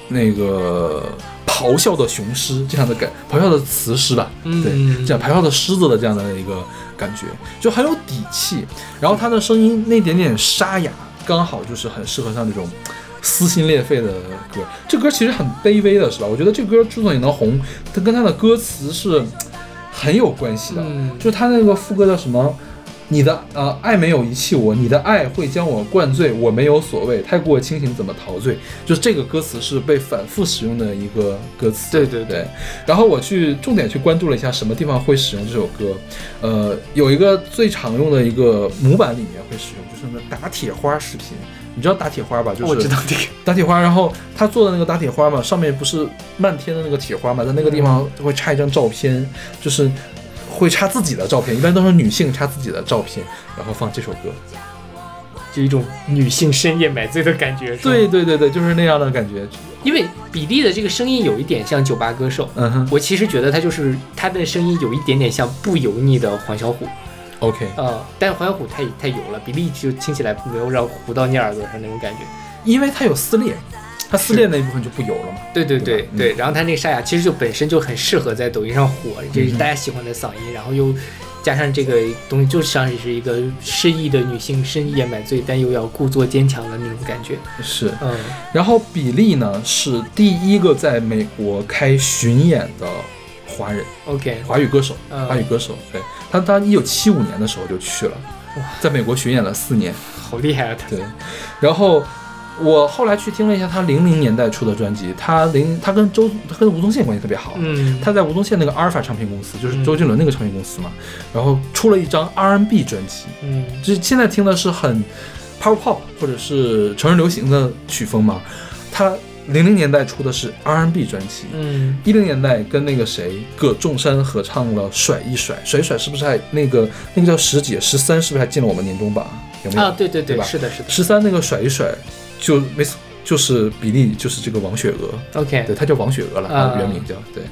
Speaker 2: 那个咆哮的雄狮这样的感，咆哮的雌狮吧，
Speaker 1: 嗯
Speaker 2: 对，这样咆哮的狮子的这样的一个感觉，就很有底气。然后她的声音那点点沙哑，刚好就是很适合像这种。撕心裂肺的歌，这歌其实很卑微的，是吧？我觉得这歌之所以能红，它跟它的歌词是很有关系的。
Speaker 1: 嗯
Speaker 2: 就是他那个副歌叫什么？你的呃爱没有遗弃我，你的爱会将我灌醉，我没有所谓，太过清醒怎么陶醉？就这个歌词是被反复使用的一个歌词。
Speaker 1: 对对对
Speaker 2: 对。然后我去重点去关注了一下什么地方会使用这首歌，呃，有一个最常用的一个模板里面会使用，就是那个打铁花视频。你知道打铁花吧？就是
Speaker 1: 我知道这个，
Speaker 2: 打铁花，然后他做的那个打铁花嘛，上面不是漫天的那个铁花嘛，在那个地方会插一张照片，就是会插自己的照片，一般都是女性插自己的照片，然后放这首歌。
Speaker 1: 就一种女性深夜买醉的感觉，是吗
Speaker 2: 对，对对对，就是那样的感觉。
Speaker 1: 因为比利的这个声音有一点像酒吧歌手。
Speaker 2: 嗯哼
Speaker 1: 我其实觉得他就是他的声音有一点点像不油腻的黄小琥，
Speaker 2: ，OK，
Speaker 1: 呃，但黄小琥太太油了，比利就听起来没有让糊到你耳朵上那种感觉。
Speaker 2: 因为它有撕裂，它撕裂那一部分就不油了嘛。
Speaker 1: 对对对
Speaker 2: 对吧嗯
Speaker 1: 对，然后他那个沙哑其实就本身就很适合在抖音上火，
Speaker 2: 嗯
Speaker 1: 就是大家喜欢的嗓音，然后又加上这个东西，就像是一个失意的女性深夜买醉，但又要故作坚强的那种感觉。
Speaker 2: 是，
Speaker 1: 嗯
Speaker 2: 然后比利呢是第一个在美国开巡演的华人。
Speaker 1: ，OK，
Speaker 2: 华语歌手，
Speaker 1: 嗯
Speaker 2: 华语歌手，对他，他一九七五年的时候就去了，在美国巡演了四年，
Speaker 1: 好厉害啊他！
Speaker 2: 对，然后我后来去听了一下他零零年代出的专辑，他零他跟周他跟吴宗宪关系特别好，
Speaker 1: 嗯，
Speaker 2: 他在吴宗宪那个阿尔法唱片公司，就是周杰伦那个唱片公司嘛，然后出了一张 R&B 专辑，
Speaker 1: 嗯
Speaker 2: 就是现在听的是很 power pop 或者是成人流行的曲风嘛，他零零年代出的是 R&B 专辑，
Speaker 1: 嗯
Speaker 2: 一零年代跟那个谁葛仲珊合唱了《甩一甩》，《甩一甩》是不是还那个那个叫十姐十三是不是还进了我们年终榜？有没有？
Speaker 1: 啊，对对
Speaker 2: 对吧
Speaker 1: 是的是的
Speaker 2: 十三那个甩一甩，就没错就是比利就是这个王雪娥，
Speaker 1: ，OK，
Speaker 2: 对，她叫王雪娥了，
Speaker 1: 哎啊
Speaker 2: 她原名叫对，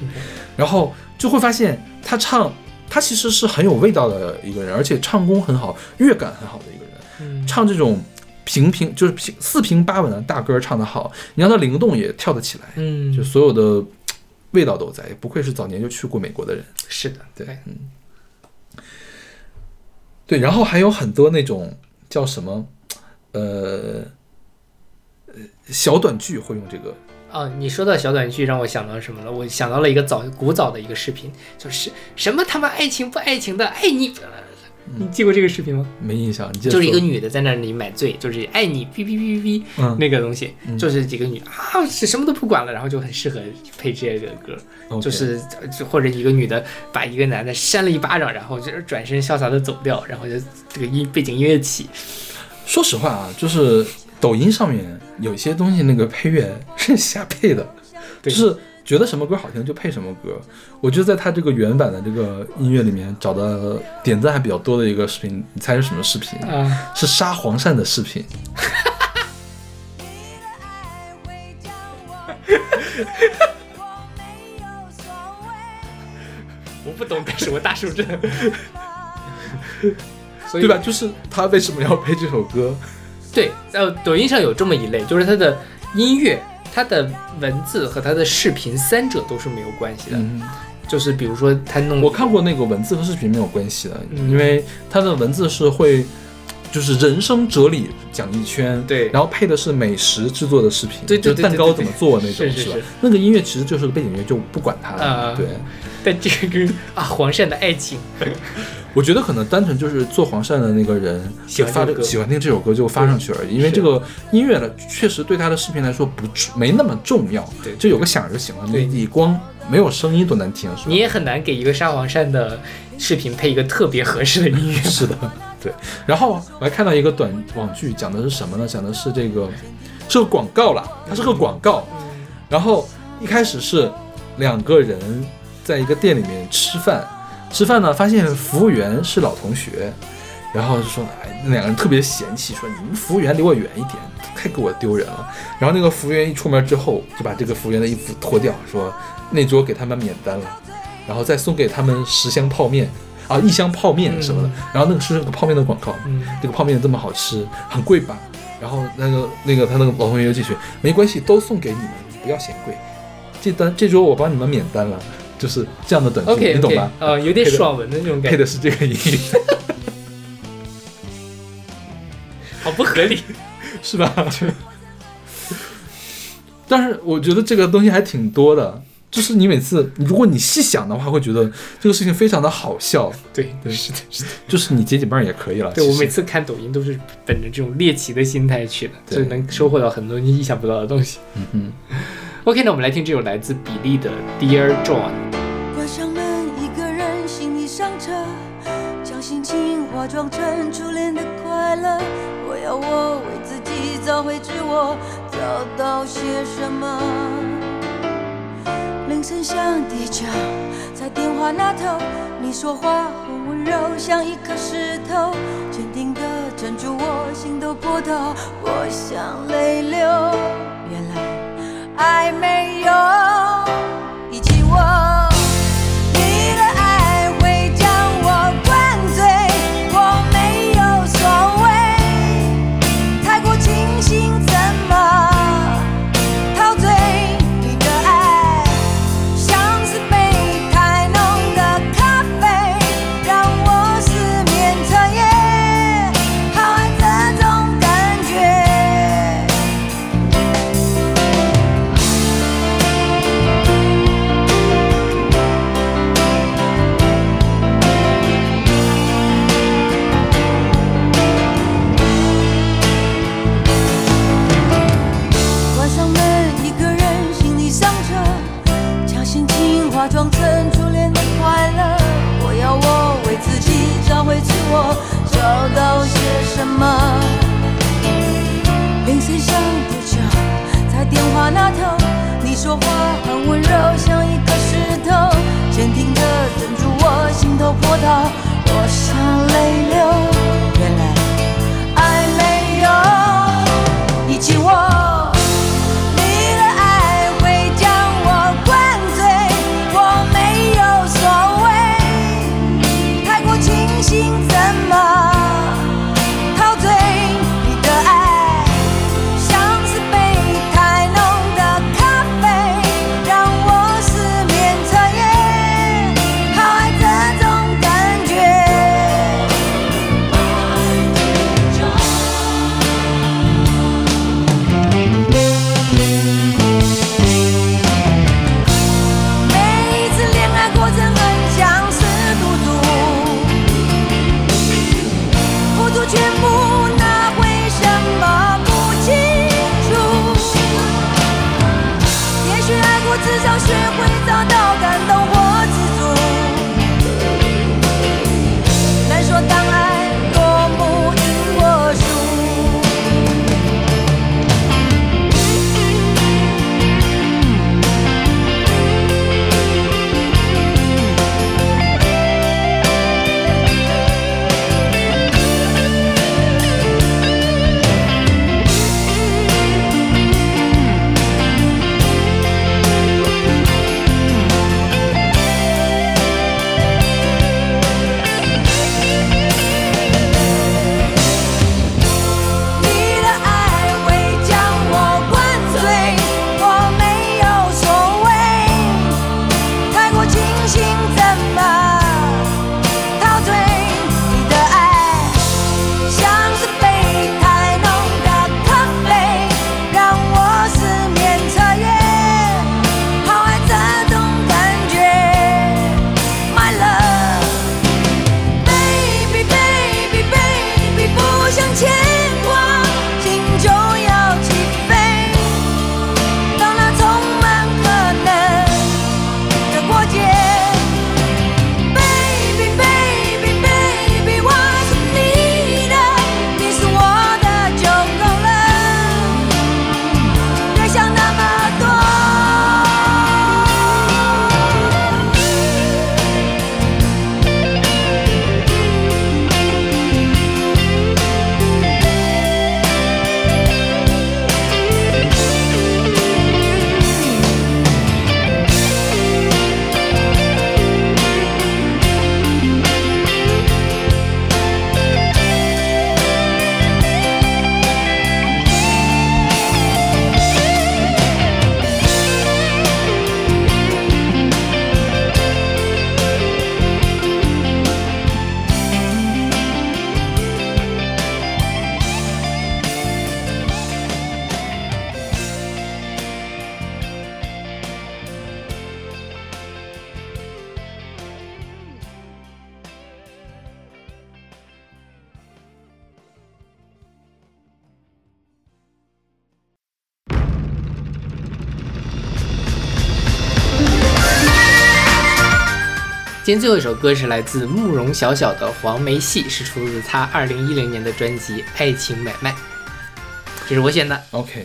Speaker 2: 然后就会发现她唱，她其实是很有味道的一个人，而且唱功很好，乐感很好的一个人。
Speaker 1: 嗯
Speaker 2: 唱这种平平就是平四平八稳的大歌唱得好，你让她灵动也跳得起来。
Speaker 1: 嗯，
Speaker 2: 就所有的味道都在，也不愧是早年就去过美国的人。
Speaker 1: 是的，
Speaker 2: 对，嗯，对，然后还有很多那种叫什么，呃，呃小短剧会用这个，
Speaker 1: 啊，你说到小短剧，让我想到什么了？我想到了一个早古早的一个视频，就是什么他妈爱情不爱情的爱你，你记过这个视频吗？
Speaker 2: 没印象，嗯你记得
Speaker 1: 就是一个女的在那里买醉，就是爱你哔哔哔哔
Speaker 2: 嗯
Speaker 1: 哔那个东西，就是几个女啊是什么都不管了，然后就很适合配这些个歌，就是就或者一个女的把一个男的扇了一巴掌，然后就是转身潇洒的走掉，然后就这个音背景音乐起，
Speaker 2: 说实话啊，就是抖音上面有一些东西，那个配乐是瞎配的，就
Speaker 1: 对
Speaker 2: 是觉得什么歌好听就配什么歌。我就在他这个原版的这个音乐里面找到点赞还比较多的一个视频，你猜是什么视频？
Speaker 1: 啊
Speaker 2: 是杀黄鳝的视频。
Speaker 1: 懂该什么大数证，所以
Speaker 2: 对吧？？就是他为什么要配这首歌？
Speaker 1: 对，呃，抖音上有这么一类，就是它的音乐、它的文字和它的视频三者都是没有关系的。
Speaker 2: 嗯，
Speaker 1: 就是比如说他弄
Speaker 2: 我看过那个文字和视频没有关系的，
Speaker 1: 嗯
Speaker 2: 因为它的文字是会就是人生哲理讲一圈，
Speaker 1: 对
Speaker 2: 然后配的是美食制作的视频，
Speaker 1: 对对对
Speaker 2: 就是蛋糕怎么做那种，
Speaker 1: 对对对是
Speaker 2: 吧
Speaker 1: 是是？
Speaker 2: 那个音乐其实就是背景音乐，就不管它了。
Speaker 1: 啊
Speaker 2: 对，
Speaker 1: 但这个跟啊黄鳝的爱情，
Speaker 2: 我觉得可能单纯就是做黄鳝的那个人
Speaker 1: 喜欢
Speaker 2: 发
Speaker 1: 这
Speaker 2: 这
Speaker 1: 个歌
Speaker 2: 喜欢听这首歌就发上去而已，因为
Speaker 1: 是
Speaker 2: 这个音乐呢，确实对他的视频来说不重没那么重要，
Speaker 1: 对
Speaker 2: 就有个响就行了，
Speaker 1: 对
Speaker 2: 你你光没有声音多难听，是吧
Speaker 1: 你？也很难给一个杀黄鳝的视频配一个特别合适的音乐。
Speaker 2: 是的，对。然后我还看到一个短网剧，讲的是什么呢？讲的是这个是个广告啦，它是个广告。然后一开始是两个人在一个店里面吃饭，吃饭呢发现服务员是老同学，然后就说哎，那两个人特别嫌弃，说你们服务员离我远一点，太给我丢人了。然后那个服务员一出门之后，就把这个服务员的衣服脱掉，说那桌给他们免单了，然后再送给他们十箱泡面啊，一箱泡面什么的。然后那个是个泡面的广告，
Speaker 1: 嗯
Speaker 2: 这个泡面这么好吃，很贵吧？然后那个那个他那个老同学就进去，没关系，都送给你们，不要嫌贵。这单这桌我帮你们免单了，就是这样的短剧
Speaker 1: OK
Speaker 2: 你懂
Speaker 1: OK，
Speaker 2: 吧？
Speaker 1: 呃，有点
Speaker 2: 配的
Speaker 1: 爽文的那种感
Speaker 2: 配
Speaker 1: 觉，
Speaker 2: 的是这个音乐。
Speaker 1: 好不合 理。
Speaker 2: 是吧？ 但是我觉得这个东西还挺多的，就是你每次，如果你细想的话，会觉得这个事情非常的好笑，
Speaker 1: 对
Speaker 2: 对
Speaker 1: 是的，是的。
Speaker 2: 就是你解解闷儿也可以了。
Speaker 1: 对
Speaker 2: 其
Speaker 1: 我
Speaker 2: 实
Speaker 1: 每次看抖音都是本着这种猎奇的心态去的，
Speaker 2: 对
Speaker 1: 所以能收获到很多你意想不到的东西。嗯
Speaker 2: 哼。
Speaker 1: OK，那我们来听这首来自比利的《Dear John》。
Speaker 9: 关上门，一个人行李上车，将心情化妆成初恋的快乐。我要我为自己找回自我，找到些什么？铃声响地久，在电话那头，你说话很温柔，像一颗石头，坚定的镇住我心的波涛，我想泪流。原来爱没有遗弃我。你的爱会将我灌醉，我没有所谓，太过清醒怎么陶醉？你的爱像是杯太浓的咖啡，让我失眠彻夜，好爱这种感觉。关上门，一个人行李上车，将心情化妆成初恋的快乐。我要我为自己找回自我，找到些什么？铃声响多久？在电话那头，你说话很温柔，像一颗石头，坚定的镇住我心头波涛，我想泪流。原来爱没有遗弃我。你的爱会将我灌醉，我没有所谓，太过清醒怎么陶醉？你的爱像是杯太浓的咖啡，让我失眠彻夜，好爱这种感觉。每一次恋爱过程很像是赌徒，付出全部拿回什么不清楚。也许爱过，至少学会找到感动或知足。难说当爱落幕赢我输。
Speaker 1: 今天最后一首歌是来自慕容晓晓的《黄梅戏》，是出自她二零一零年的专辑《爱情买卖》，这是我选的。
Speaker 2: OK，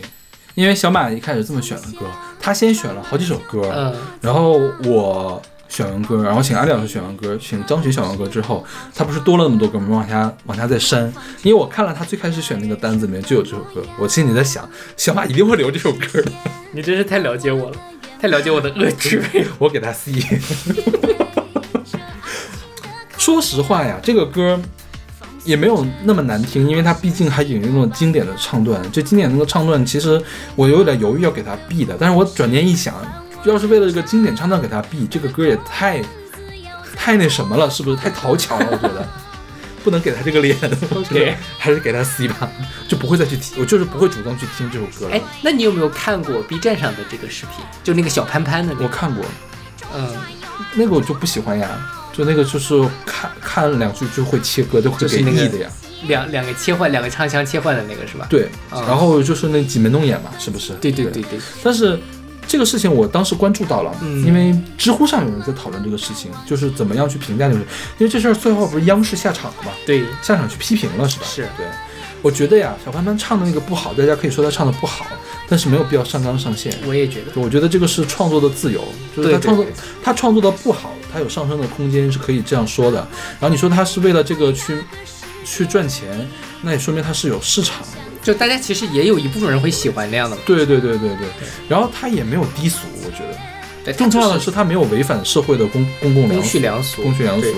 Speaker 2: 因为小马一开始这么选的歌，他先选了好几首歌，
Speaker 1: 嗯、
Speaker 2: 然后我选完歌，然后请阿里老师选完歌，请张群选完歌之后，他不是多了那么多歌吗？往下往下再删，因为我看了他最开始选那个单子里面就有这首歌，我心里在想，小马一定会留这首歌的，
Speaker 1: 你真是太了解我了，太了解我的恶趣味。
Speaker 2: 我给他 C。说实话呀，这个歌也没有那么难听，因为它毕竟还引用了经典的唱段。这经典那个唱段，其实我有点犹豫要给它 B 的，但是我转念一想，要是为了这个经典唱段给它 B，这个歌也太太那什么了，是不是太讨巧了？我觉 得不能给他这个脸
Speaker 1: OK
Speaker 2: 还是给他 C 吧，就不会再去听，我就是不会主动去听这首歌了。
Speaker 1: 哎，那你有没有看过 B 站上的这个视频？就那个小潘潘的那
Speaker 2: 我
Speaker 1: 个？
Speaker 2: 看过
Speaker 1: 嗯，
Speaker 2: 那个，我就不喜欢呀，就那个就是看看两句就会切歌，就会
Speaker 1: 就是
Speaker 2: 给
Speaker 1: 那个
Speaker 2: E 的呀。
Speaker 1: 两两个切换，两个唱腔切换的那个是吧？
Speaker 2: 对，
Speaker 1: 啊
Speaker 2: 然后就是那挤眉弄眼嘛，是不是？
Speaker 1: 对对对对，
Speaker 2: 但是这个事情我当时关注到了，
Speaker 1: 嗯
Speaker 2: 因为知乎上有人在讨论这个事情，就是怎么样去评价这个事，因为这事儿最后不是央视下场了嘛，
Speaker 1: 对，
Speaker 2: 下场去批评了是吧？
Speaker 1: 是
Speaker 2: 对。我觉得呀，小潘潘唱的那个不好，大家可以说他唱的不好，但是没有必要上纲上线。
Speaker 1: 我也觉得。
Speaker 2: 我觉得这个是创作的自由，就是
Speaker 1: 对
Speaker 2: 他
Speaker 1: 对
Speaker 2: 创作
Speaker 1: 对
Speaker 2: 他创作的不好，他有上升的空间是可以这样说的。然后你说他是为了这个去去赚钱，那也说明他是有市场的。
Speaker 1: 就大家其实也有一部分人会喜欢那样的嘛。
Speaker 2: 对对对对对，然后他也没有低俗，我觉得
Speaker 1: 但
Speaker 2: 更重要的是他没有违反社会的公公共
Speaker 1: 公
Speaker 2: 良
Speaker 1: 序
Speaker 2: 俗。
Speaker 1: 良俗，
Speaker 2: 公序良俗
Speaker 1: 对，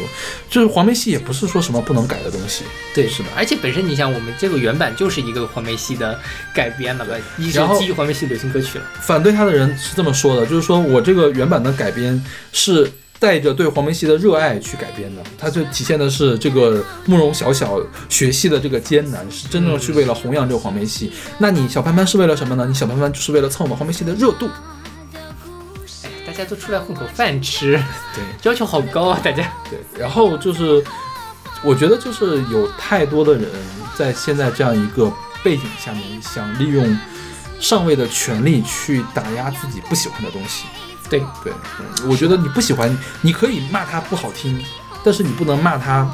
Speaker 2: 就是黄梅戏也不是说什么不能改的东西，
Speaker 1: 对，
Speaker 2: 是的
Speaker 1: 而且本身你想，我们这个原版就是一个黄梅戏的改编了吧，一是
Speaker 2: 然后
Speaker 1: 基于黄梅戏流行歌曲了。
Speaker 2: 反对他的人是这么说的，就是说我这个原版的改编是带着对黄梅戏的热爱去改编的，它就体现的是这个慕容晓晓学戏的这个艰难，是真正去为了弘扬这个黄梅戏。那你小潘潘是为了什么呢？你小潘潘就是为了蹭我们黄梅戏的热度。
Speaker 1: 哎，大家都出来混口饭 吃，
Speaker 2: 对
Speaker 1: 要求好高啊！大家
Speaker 2: 对，然后就是我觉得就是有太多的人在现在这样一个背景下面，想利用上位的权力去打压自己不喜欢的东西。
Speaker 1: 对
Speaker 2: 对，嗯我觉得你不喜欢，你可以骂他不好听，但是你不能骂他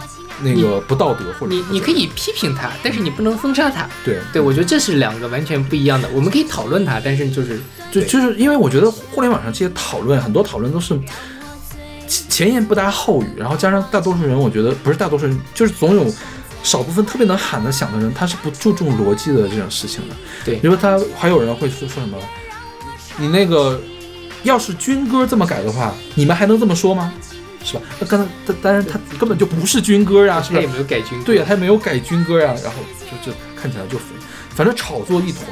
Speaker 2: 那个不道德或者
Speaker 1: 你，
Speaker 2: 不
Speaker 1: 你可
Speaker 2: 怎么
Speaker 1: 以批评他，但是你不能封杀他。
Speaker 2: 对
Speaker 1: 对，我觉得这是两个完全不一样的。我们可以讨论他，但是就是
Speaker 2: 就就是因为我觉得互联网上这些讨论，很多讨论都是前前言不搭后语，然后加上大多数人，我觉得不是大多数人，就是总有少部分特别能喊得响的人，他是不注重逻辑的这种事情的。
Speaker 1: 对
Speaker 2: 比如他还有人会说说什么，你那个要是军歌这么改的话，你们还能这么说吗？是吧？那刚才他当然他根本就不是军歌啊，是
Speaker 1: 他
Speaker 2: 吧
Speaker 1: 也？没有改军歌。
Speaker 2: 对呀、他没有改军歌呀、然后就就看起来就反正炒作一团，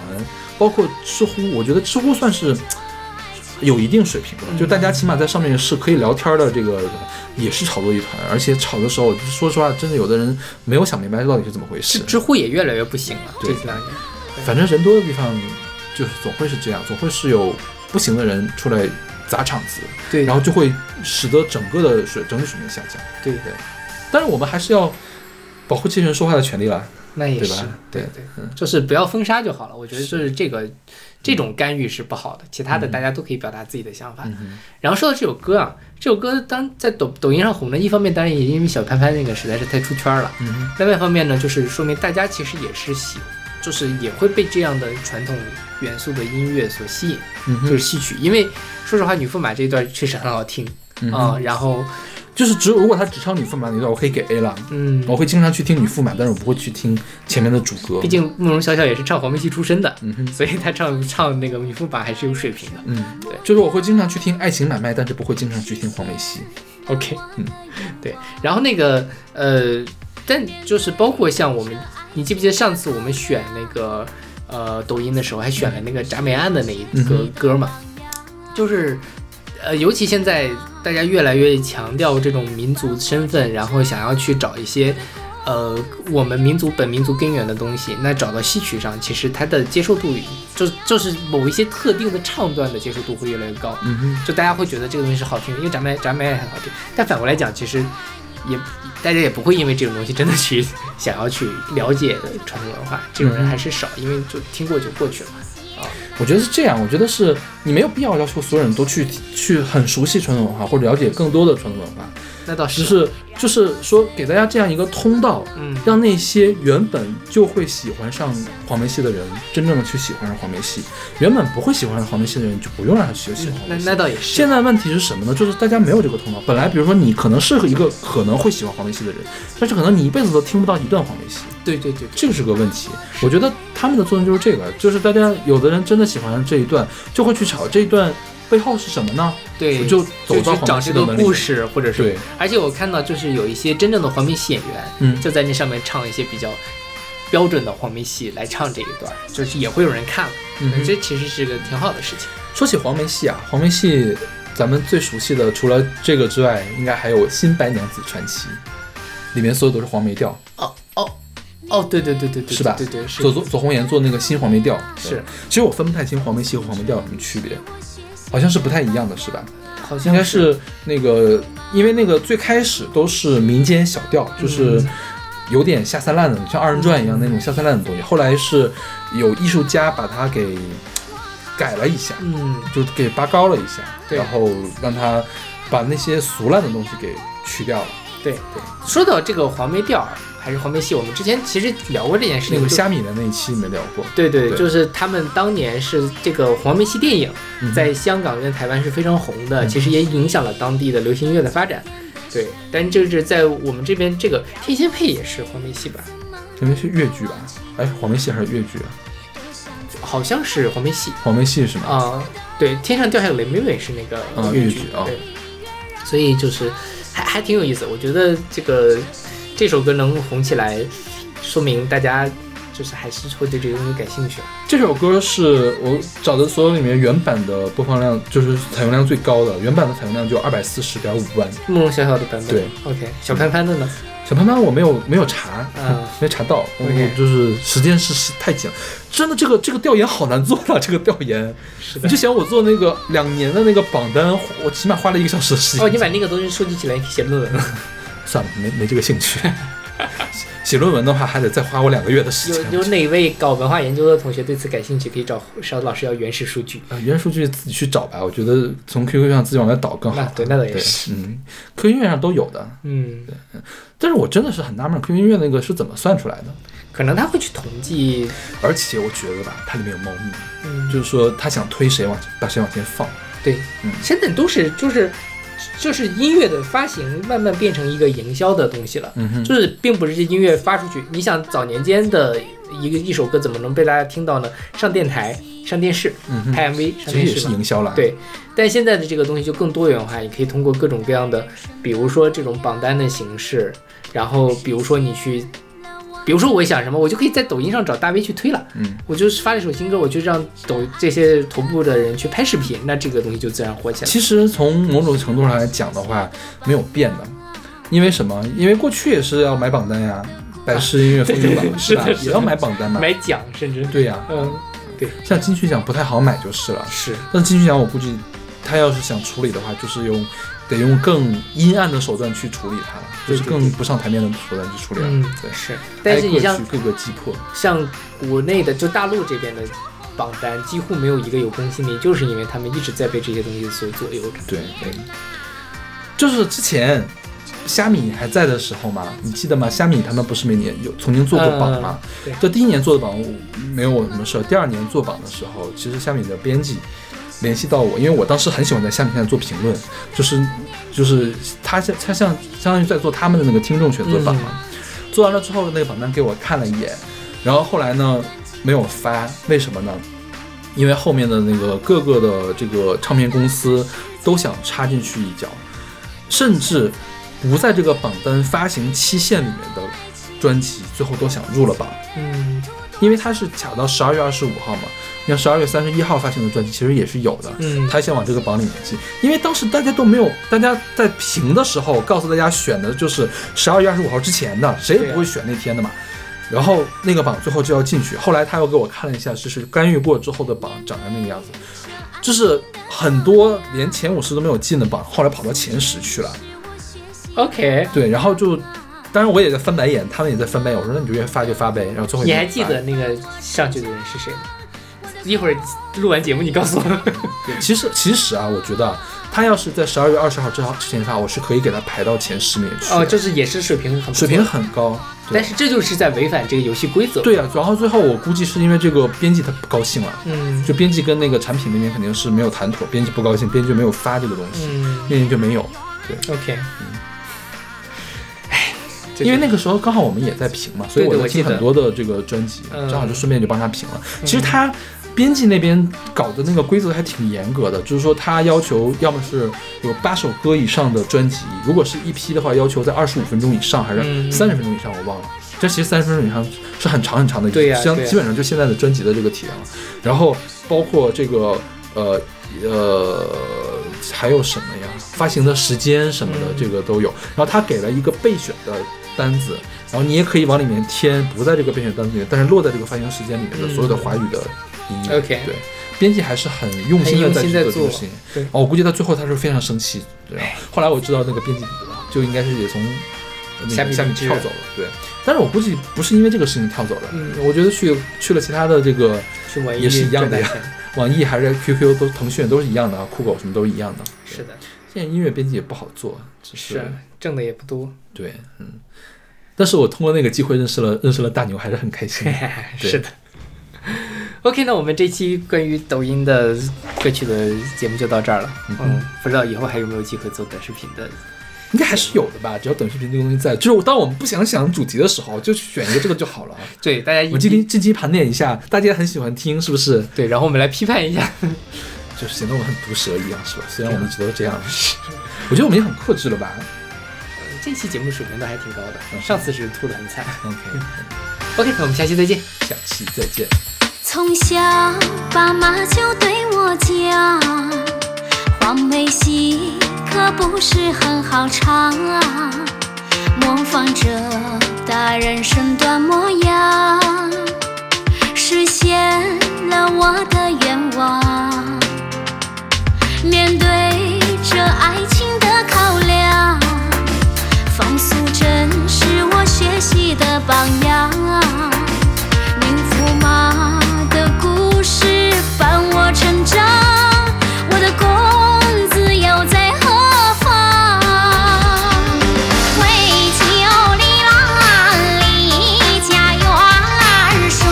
Speaker 2: 包括知乎，我觉得知乎算是有一定水平的，就大家起码在上面是可以聊天的，这个也是炒作一团，而且炒的时候，说实话，真的有的人没有想明白到底是怎么回事
Speaker 1: 知，知乎也越来越不行了，这
Speaker 2: 对
Speaker 1: 几两年。
Speaker 2: 反正人多的地方就是总会是这样，总会是有不行的人出来砸场子，
Speaker 1: 对，
Speaker 2: 然后就会使得整个的水整体水平下降。
Speaker 1: 对
Speaker 2: 对，但是我们还是要保护这些人说话的权利啦。
Speaker 1: 那也
Speaker 2: 对
Speaker 1: 是
Speaker 2: 吧，
Speaker 1: 对
Speaker 2: 对
Speaker 1: 对，就是不要封杀就好了。我觉得就是嗯这个这种干预是不好的，其他的
Speaker 2: 嗯
Speaker 1: 大家都可以表达自己的想法。
Speaker 2: 哼
Speaker 1: 然后说到这首歌啊，这首歌当在抖抖音上红的，一方面当然也因为小潘潘那个实在是太出圈了，
Speaker 2: 嗯哼。
Speaker 1: 另外一方面呢，就是说明大家其实也是喜，就是也会被这样的传统元素的音乐所吸引，
Speaker 2: 嗯哼
Speaker 1: 就是戏曲。因为说实话，女驸马这一段确实很好听
Speaker 2: 嗯
Speaker 1: 啊、然后
Speaker 2: 就是只有如果他只唱女驸马那段，我可以给 A 了。
Speaker 1: 嗯，
Speaker 2: 我会经常去听女驸马，但是我不会去听前面的主歌。
Speaker 1: 毕，竟慕容晓晓也是唱黄梅戏出身的，
Speaker 2: 嗯哼，
Speaker 1: 所以她唱唱那个女驸马还是有水平的。
Speaker 2: 嗯，
Speaker 1: 对
Speaker 2: 就是我会经常去听《爱情买卖》，但是不会经常去听黄梅戏。
Speaker 1: OK，
Speaker 2: 嗯，
Speaker 1: 对。然后那个呃，但就是包括像我们，你记不记得上次我们选那个呃抖音的时候，还选了那个铡美案的那一个
Speaker 2: 嗯
Speaker 1: 歌嘛？就是呃，尤其现在大家越来越强调这种民族身份，然后想要去找一些。呃，我们民族本民族根源的东西，那找到戏曲上，其实它的接受度就就是某一些特定的唱段的接受度会越来越高。
Speaker 2: 嗯哼，
Speaker 1: 就大家会觉得这个东西是好听的，因为咱们咱们也很好听。但反过来讲，其实也大家也不会因为这种东西真的去想要去了解传统文化，这种人还是少，因为就听过就过去了。
Speaker 2: 我觉得是这样，我觉得是你没有必要要求所有人都去去很熟悉传统文化，或者了解更多的传统文化。
Speaker 1: 那倒，
Speaker 2: 就是是就是说给大家这样一个通道，
Speaker 1: 嗯，
Speaker 2: 让那些原本就会喜欢上黄梅戏的人，真正的去喜欢上黄梅戏；原本不会喜欢上黄梅戏的人，就不用让他去喜欢黄
Speaker 1: 那
Speaker 2: 梅戏。
Speaker 1: 嗯那倒也是，
Speaker 2: 现在问题是什么呢？就是大家没有这个通道。本来比如说你可能是一个可能会喜欢黄梅戏的人，但是可能你一辈子都听不到一段黄梅戏，
Speaker 1: 对对对，
Speaker 2: 这个是个问题。我觉得他们的作用就是这个，就是大家有的人真的喜欢上这一段，就会去找这一段背后是什么呢？
Speaker 1: 对，
Speaker 2: 我就走
Speaker 1: 就
Speaker 2: 到
Speaker 1: 去
Speaker 2: 黄
Speaker 1: 找
Speaker 2: 梅
Speaker 1: 这
Speaker 2: 戏
Speaker 1: 个
Speaker 2: 的门里
Speaker 1: 故
Speaker 2: 面
Speaker 1: 事，或者是
Speaker 2: 对，
Speaker 1: 而且我看到就是有一些真正的黄梅戏演员，
Speaker 2: 嗯
Speaker 1: 就在那上面唱一些比较标准的黄梅戏来唱这一段，就是也会有人看，
Speaker 2: 嗯哼
Speaker 1: 这其实是个挺好的事情。
Speaker 2: 说起黄梅戏啊，黄梅戏咱们最熟悉的除了这个之外，应该还有《新白娘子传奇》，里面所有都是黄梅调，
Speaker 1: 哦哦哦，对对对对对，
Speaker 2: 是吧
Speaker 1: 对对是
Speaker 2: 左左左红岩做那个新黄梅调
Speaker 1: 是
Speaker 2: 对其实我分不太清黄梅戏和黄梅调有什么区别，好像是不太一样的，是吧？
Speaker 1: 好
Speaker 2: 应
Speaker 1: 像
Speaker 2: 该是那个，因为那个最开始都是民间小调，
Speaker 1: 嗯
Speaker 2: 就是有点下三滥的，像二人转一样那种下三滥的东西。后来是有艺术家把它给改了一下，
Speaker 1: 嗯，
Speaker 2: 就给拔高了一下，
Speaker 1: 对
Speaker 2: 然后让它把那些俗烂的东西给去掉了。
Speaker 1: 对对。说到这个黄梅调儿还是黄梅戏，我们之前其实聊过这件事情，
Speaker 2: 那个
Speaker 1: 就
Speaker 2: 虾米的那一期你们聊过，
Speaker 1: 对对，
Speaker 2: 对
Speaker 1: 就是他们当年是这个黄梅戏电影
Speaker 2: 嗯
Speaker 1: 在香港跟台湾是非常红的，
Speaker 2: 嗯
Speaker 1: 其实也影响了当地的流行音乐的发展。对，但就是在我们这边，这个《天仙配》也是黄梅戏吧？
Speaker 2: 因为是越剧吧？哎，黄梅戏还是越剧啊？
Speaker 1: 好像是黄梅戏
Speaker 2: 黄梅戏是吗？
Speaker 1: 啊、对，《天上掉下雷妹妹》是那个
Speaker 2: 啊
Speaker 1: 粤
Speaker 2: 粤
Speaker 1: 剧
Speaker 2: 剧啊
Speaker 1: 对，所以就是还还挺有意思。我觉得这个这首歌能红起来，说明大家就是还是会对这个东西感兴趣。
Speaker 2: 这首歌是我找的所有里面原版的播放量，就是采用量最高的，原版的采用量就二百四十点五万。
Speaker 1: 朦胧小小的版本，
Speaker 2: 对
Speaker 1: ，OK，小潘潘的呢？
Speaker 2: 小潘潘我没有没有查，
Speaker 1: 嗯
Speaker 2: 没查到，我
Speaker 1: OK
Speaker 2: 我就是时间是是太紧了，真的这个这个调研好难做啊， 这个调研，
Speaker 1: 是
Speaker 2: 你就想我做那个两年的那个榜单，我起码花了一个小时的时间。
Speaker 1: 哦，你把那个东西收集起来，你可以写论文了。
Speaker 2: 算了，没没这个兴趣。 写论文的话，还得再花我两个月的 时
Speaker 1: 有
Speaker 2: 间。
Speaker 1: 有哪位搞文化研究的同学对此感兴趣，可以找邵老师要原始数据。
Speaker 2: 呃原数据自己去找吧，我觉得从 QQ 上自己往外导更好
Speaker 1: 那。对那倒也
Speaker 2: 对
Speaker 1: 是，
Speaker 2: 嗯，QQ 音乐上都有的，
Speaker 1: 嗯，
Speaker 2: 但是我真的是很纳闷，QQ 音乐那个是怎么算出来的？
Speaker 1: 可能他会去统计，
Speaker 2: 而且我觉得吧，它里面有猫腻，
Speaker 1: 嗯，
Speaker 2: 就是说他想推谁往把谁往前放。
Speaker 1: 对
Speaker 2: 嗯，
Speaker 1: 现在都是就是就是音乐的发行慢慢变成一个营销的东西了，
Speaker 2: 嗯哼，
Speaker 1: 就是并不是这音乐发出去，你想早年间的一个一首歌怎么能被大家听到呢？上电台、上电视、
Speaker 2: 嗯哼
Speaker 1: 拍 MV、上
Speaker 2: 其实
Speaker 1: 电
Speaker 2: 也
Speaker 1: 视
Speaker 2: 是
Speaker 1: 嘛。
Speaker 2: 营销啦。，
Speaker 1: 对，但现在的这个东西就更多元化，你可以通过各种各样的，比如说这种榜单的形式，然后比如说你去，比如说我想什么，我就可以在抖音上找大 V 去推了，
Speaker 2: 嗯，
Speaker 1: 我就是发了一首新歌，我就让抖这些头部的人去拍视频，那这个东西就自然火起来了。
Speaker 2: 其实从某种程度上来讲的话，没有变的，因为什么？因为过去也是要买榜单呀，百事音乐风云榜
Speaker 1: 是
Speaker 2: 吧
Speaker 1: 的是？的
Speaker 2: 也要买榜单嘛。
Speaker 1: 买奖甚至，
Speaker 2: 对呀，
Speaker 1: 嗯，
Speaker 2: 像金曲奖不太好买就是了。
Speaker 1: 是
Speaker 2: 但金曲奖我估计，他要是想处理的话，就是用得用更阴暗的手段去处理它了，就是
Speaker 1: 对对对
Speaker 2: 更不上台面的手段去处理了。
Speaker 1: 嗯
Speaker 2: 对。
Speaker 1: 是，但是你
Speaker 2: 挨个
Speaker 1: 像
Speaker 2: 去各个击破，
Speaker 1: 像国内的就大陆这边的榜单，几乎没有一个有公信力，就是因为他们一直在被这些东西所左右着。
Speaker 2: 对对，就是之前虾米还在的时候嘛，你记得吗？虾米他们不是每年有曾经做过榜嘛？
Speaker 1: 嗯对
Speaker 2: 就第一年做的榜没有我什么事儿，第二年做榜的时候，其实虾米的编辑。联系到我，因为我当时很喜欢在虾米上做评论，就是就是他像他像相当于在做他们的那个听众选择榜嘛，做完了之后那个榜单给我看了一眼，然后后来呢没有发，为什么呢？因为后面的那个各个的这个唱片公司都想插进去一脚，甚至不在这个榜单发行期限里面的专辑，最后都想入了榜，
Speaker 1: 嗯
Speaker 2: 因为它是卡到十二月二十五号嘛。你像十二月三十一号发行的专辑，其实也是有的，
Speaker 1: 嗯，
Speaker 2: 他想往这个榜里面进，因为当时大家都没有，大家在评的时候告诉大家选的就是十二月二十五号之前的，谁也不会选那天的嘛。
Speaker 1: 啊
Speaker 2: 然后那个榜最后就要进去，后来他又给我看了一下，就是干预过之后的榜长成那个样子，就是很多连前五十都没有进的榜，后来跑到前十去了。
Speaker 1: OK，
Speaker 2: 对，然后就，当然我也在翻白眼，他们也在翻白眼，我说那你就越发就发呗。然后最后
Speaker 1: 你
Speaker 2: 也没
Speaker 1: 还
Speaker 2: 发
Speaker 1: 记得那个上去的人是谁吗？一会儿录完节目你告诉我。
Speaker 2: 对其实其实啊，我觉得啊他要是在十二月二十号之之前上，我是可以给他排到前十名去。
Speaker 1: 哦，就是也是水平很不错
Speaker 2: 水平，很高，对
Speaker 1: 但是这就是在违反这个游戏规则。，
Speaker 2: 对呀、然后最后我估计是因为这个编辑他不高兴了，
Speaker 1: 嗯
Speaker 2: 就编辑跟那个产品那边肯定是没有谈妥，编辑不高兴，编辑就没有发这个东西，
Speaker 1: 嗯
Speaker 2: 那天就没有。
Speaker 1: ，OK，这
Speaker 2: 因为那个时候刚好我们也在评嘛，所以
Speaker 1: 对对
Speaker 2: 在
Speaker 1: 我记
Speaker 2: 听
Speaker 1: 得
Speaker 2: 很多的这个专辑，
Speaker 1: 嗯
Speaker 2: 正好就顺便就帮他评了。其实他编辑那边搞的那个规则还挺严格的，就是说他要求要么是有八首歌以上的专辑，如果是一批的话，要求在二十五分钟以上还是
Speaker 1: 嗯
Speaker 2: 三十分钟以上，我忘了。这其实三十分钟以上是很长很长的一个，
Speaker 1: 对呀
Speaker 2: 相
Speaker 1: 对呀
Speaker 2: 基本上就现在的专辑的这个体量了。然后包括这个呃呃，还有什么呀？发行的时间什么的，
Speaker 1: 嗯
Speaker 2: 这个都有。然后他给了一个备选的单子，然后你也可以往里面添不在这个备选单子里面，但是落在这个发行时间里面的
Speaker 1: 嗯
Speaker 2: 所有的华语的音乐。
Speaker 1: OK
Speaker 2: 对，编辑还是很用心的
Speaker 1: 很用心
Speaker 2: 去
Speaker 1: 在
Speaker 2: 做这
Speaker 1: 做
Speaker 2: 个事情。
Speaker 1: 对
Speaker 2: 哦，我估计他最后他是非常生气。对 啊，后来我知道那个编辑就应该是也从呃
Speaker 1: 下
Speaker 2: 那个
Speaker 1: 面
Speaker 2: 下面
Speaker 1: 离职
Speaker 2: 跳走了。对，但是我估计不是因为这个事情跳走了，
Speaker 1: 嗯
Speaker 2: 我觉得去去了其他的这个
Speaker 1: 去玩音乐
Speaker 2: 也是一样的呀
Speaker 1: 赚大钱
Speaker 2: 网易还是 QQ 都腾讯都是一样的啊，酷狗什么都一样的。
Speaker 1: 是的，
Speaker 2: 现在音乐编辑也不好做，只是
Speaker 1: 是啊挣的也不多，
Speaker 2: 对，嗯。但是我通过那个机会认识了认识了大牛，还是很开心 的。对
Speaker 1: 是的。OK，那我们这期关于抖音的歌曲的节目就到这儿了。嗯不知道以后还有没有机会做短视频的。
Speaker 2: 应该还是有的吧，只要短视频这个东西在，就是当我们不想想主题的时候，就选一个这个就好了啊。
Speaker 1: 对，大家一
Speaker 2: 我今天近期盘点一下，大家很喜欢听，是不是？
Speaker 1: 对，然后我们来批判一下。
Speaker 2: 就是显得我们很毒舌一样，是吧？虽然我们一直都这样， 我觉得我们也很克制了吧。
Speaker 1: 这期节目水平倒还挺高的，
Speaker 2: 嗯
Speaker 1: 上次是吐的很惨。
Speaker 2: OK，
Speaker 1: OK，那我们下期再见。
Speaker 2: 下期再见。
Speaker 10: 从小爸妈就对我讲，黄梅戏可不是很好唱啊，模仿着大人身段模样，实现了我的愿望。面对着爱情的考量，方素珍是我学习的榜样。啊宁驸马的故事伴我成长，我的公子又在何方？为求你郎离家园，睡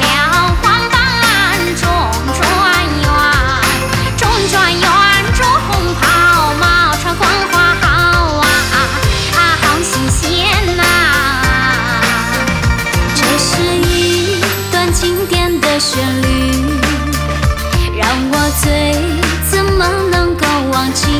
Speaker 10: 了黄冈中转园，中转园中红袍帽穿光花好啊，啊好新鲜呐、这是一段经典的旋律，让我醉，怎么能够忘记？
Speaker 9: 啊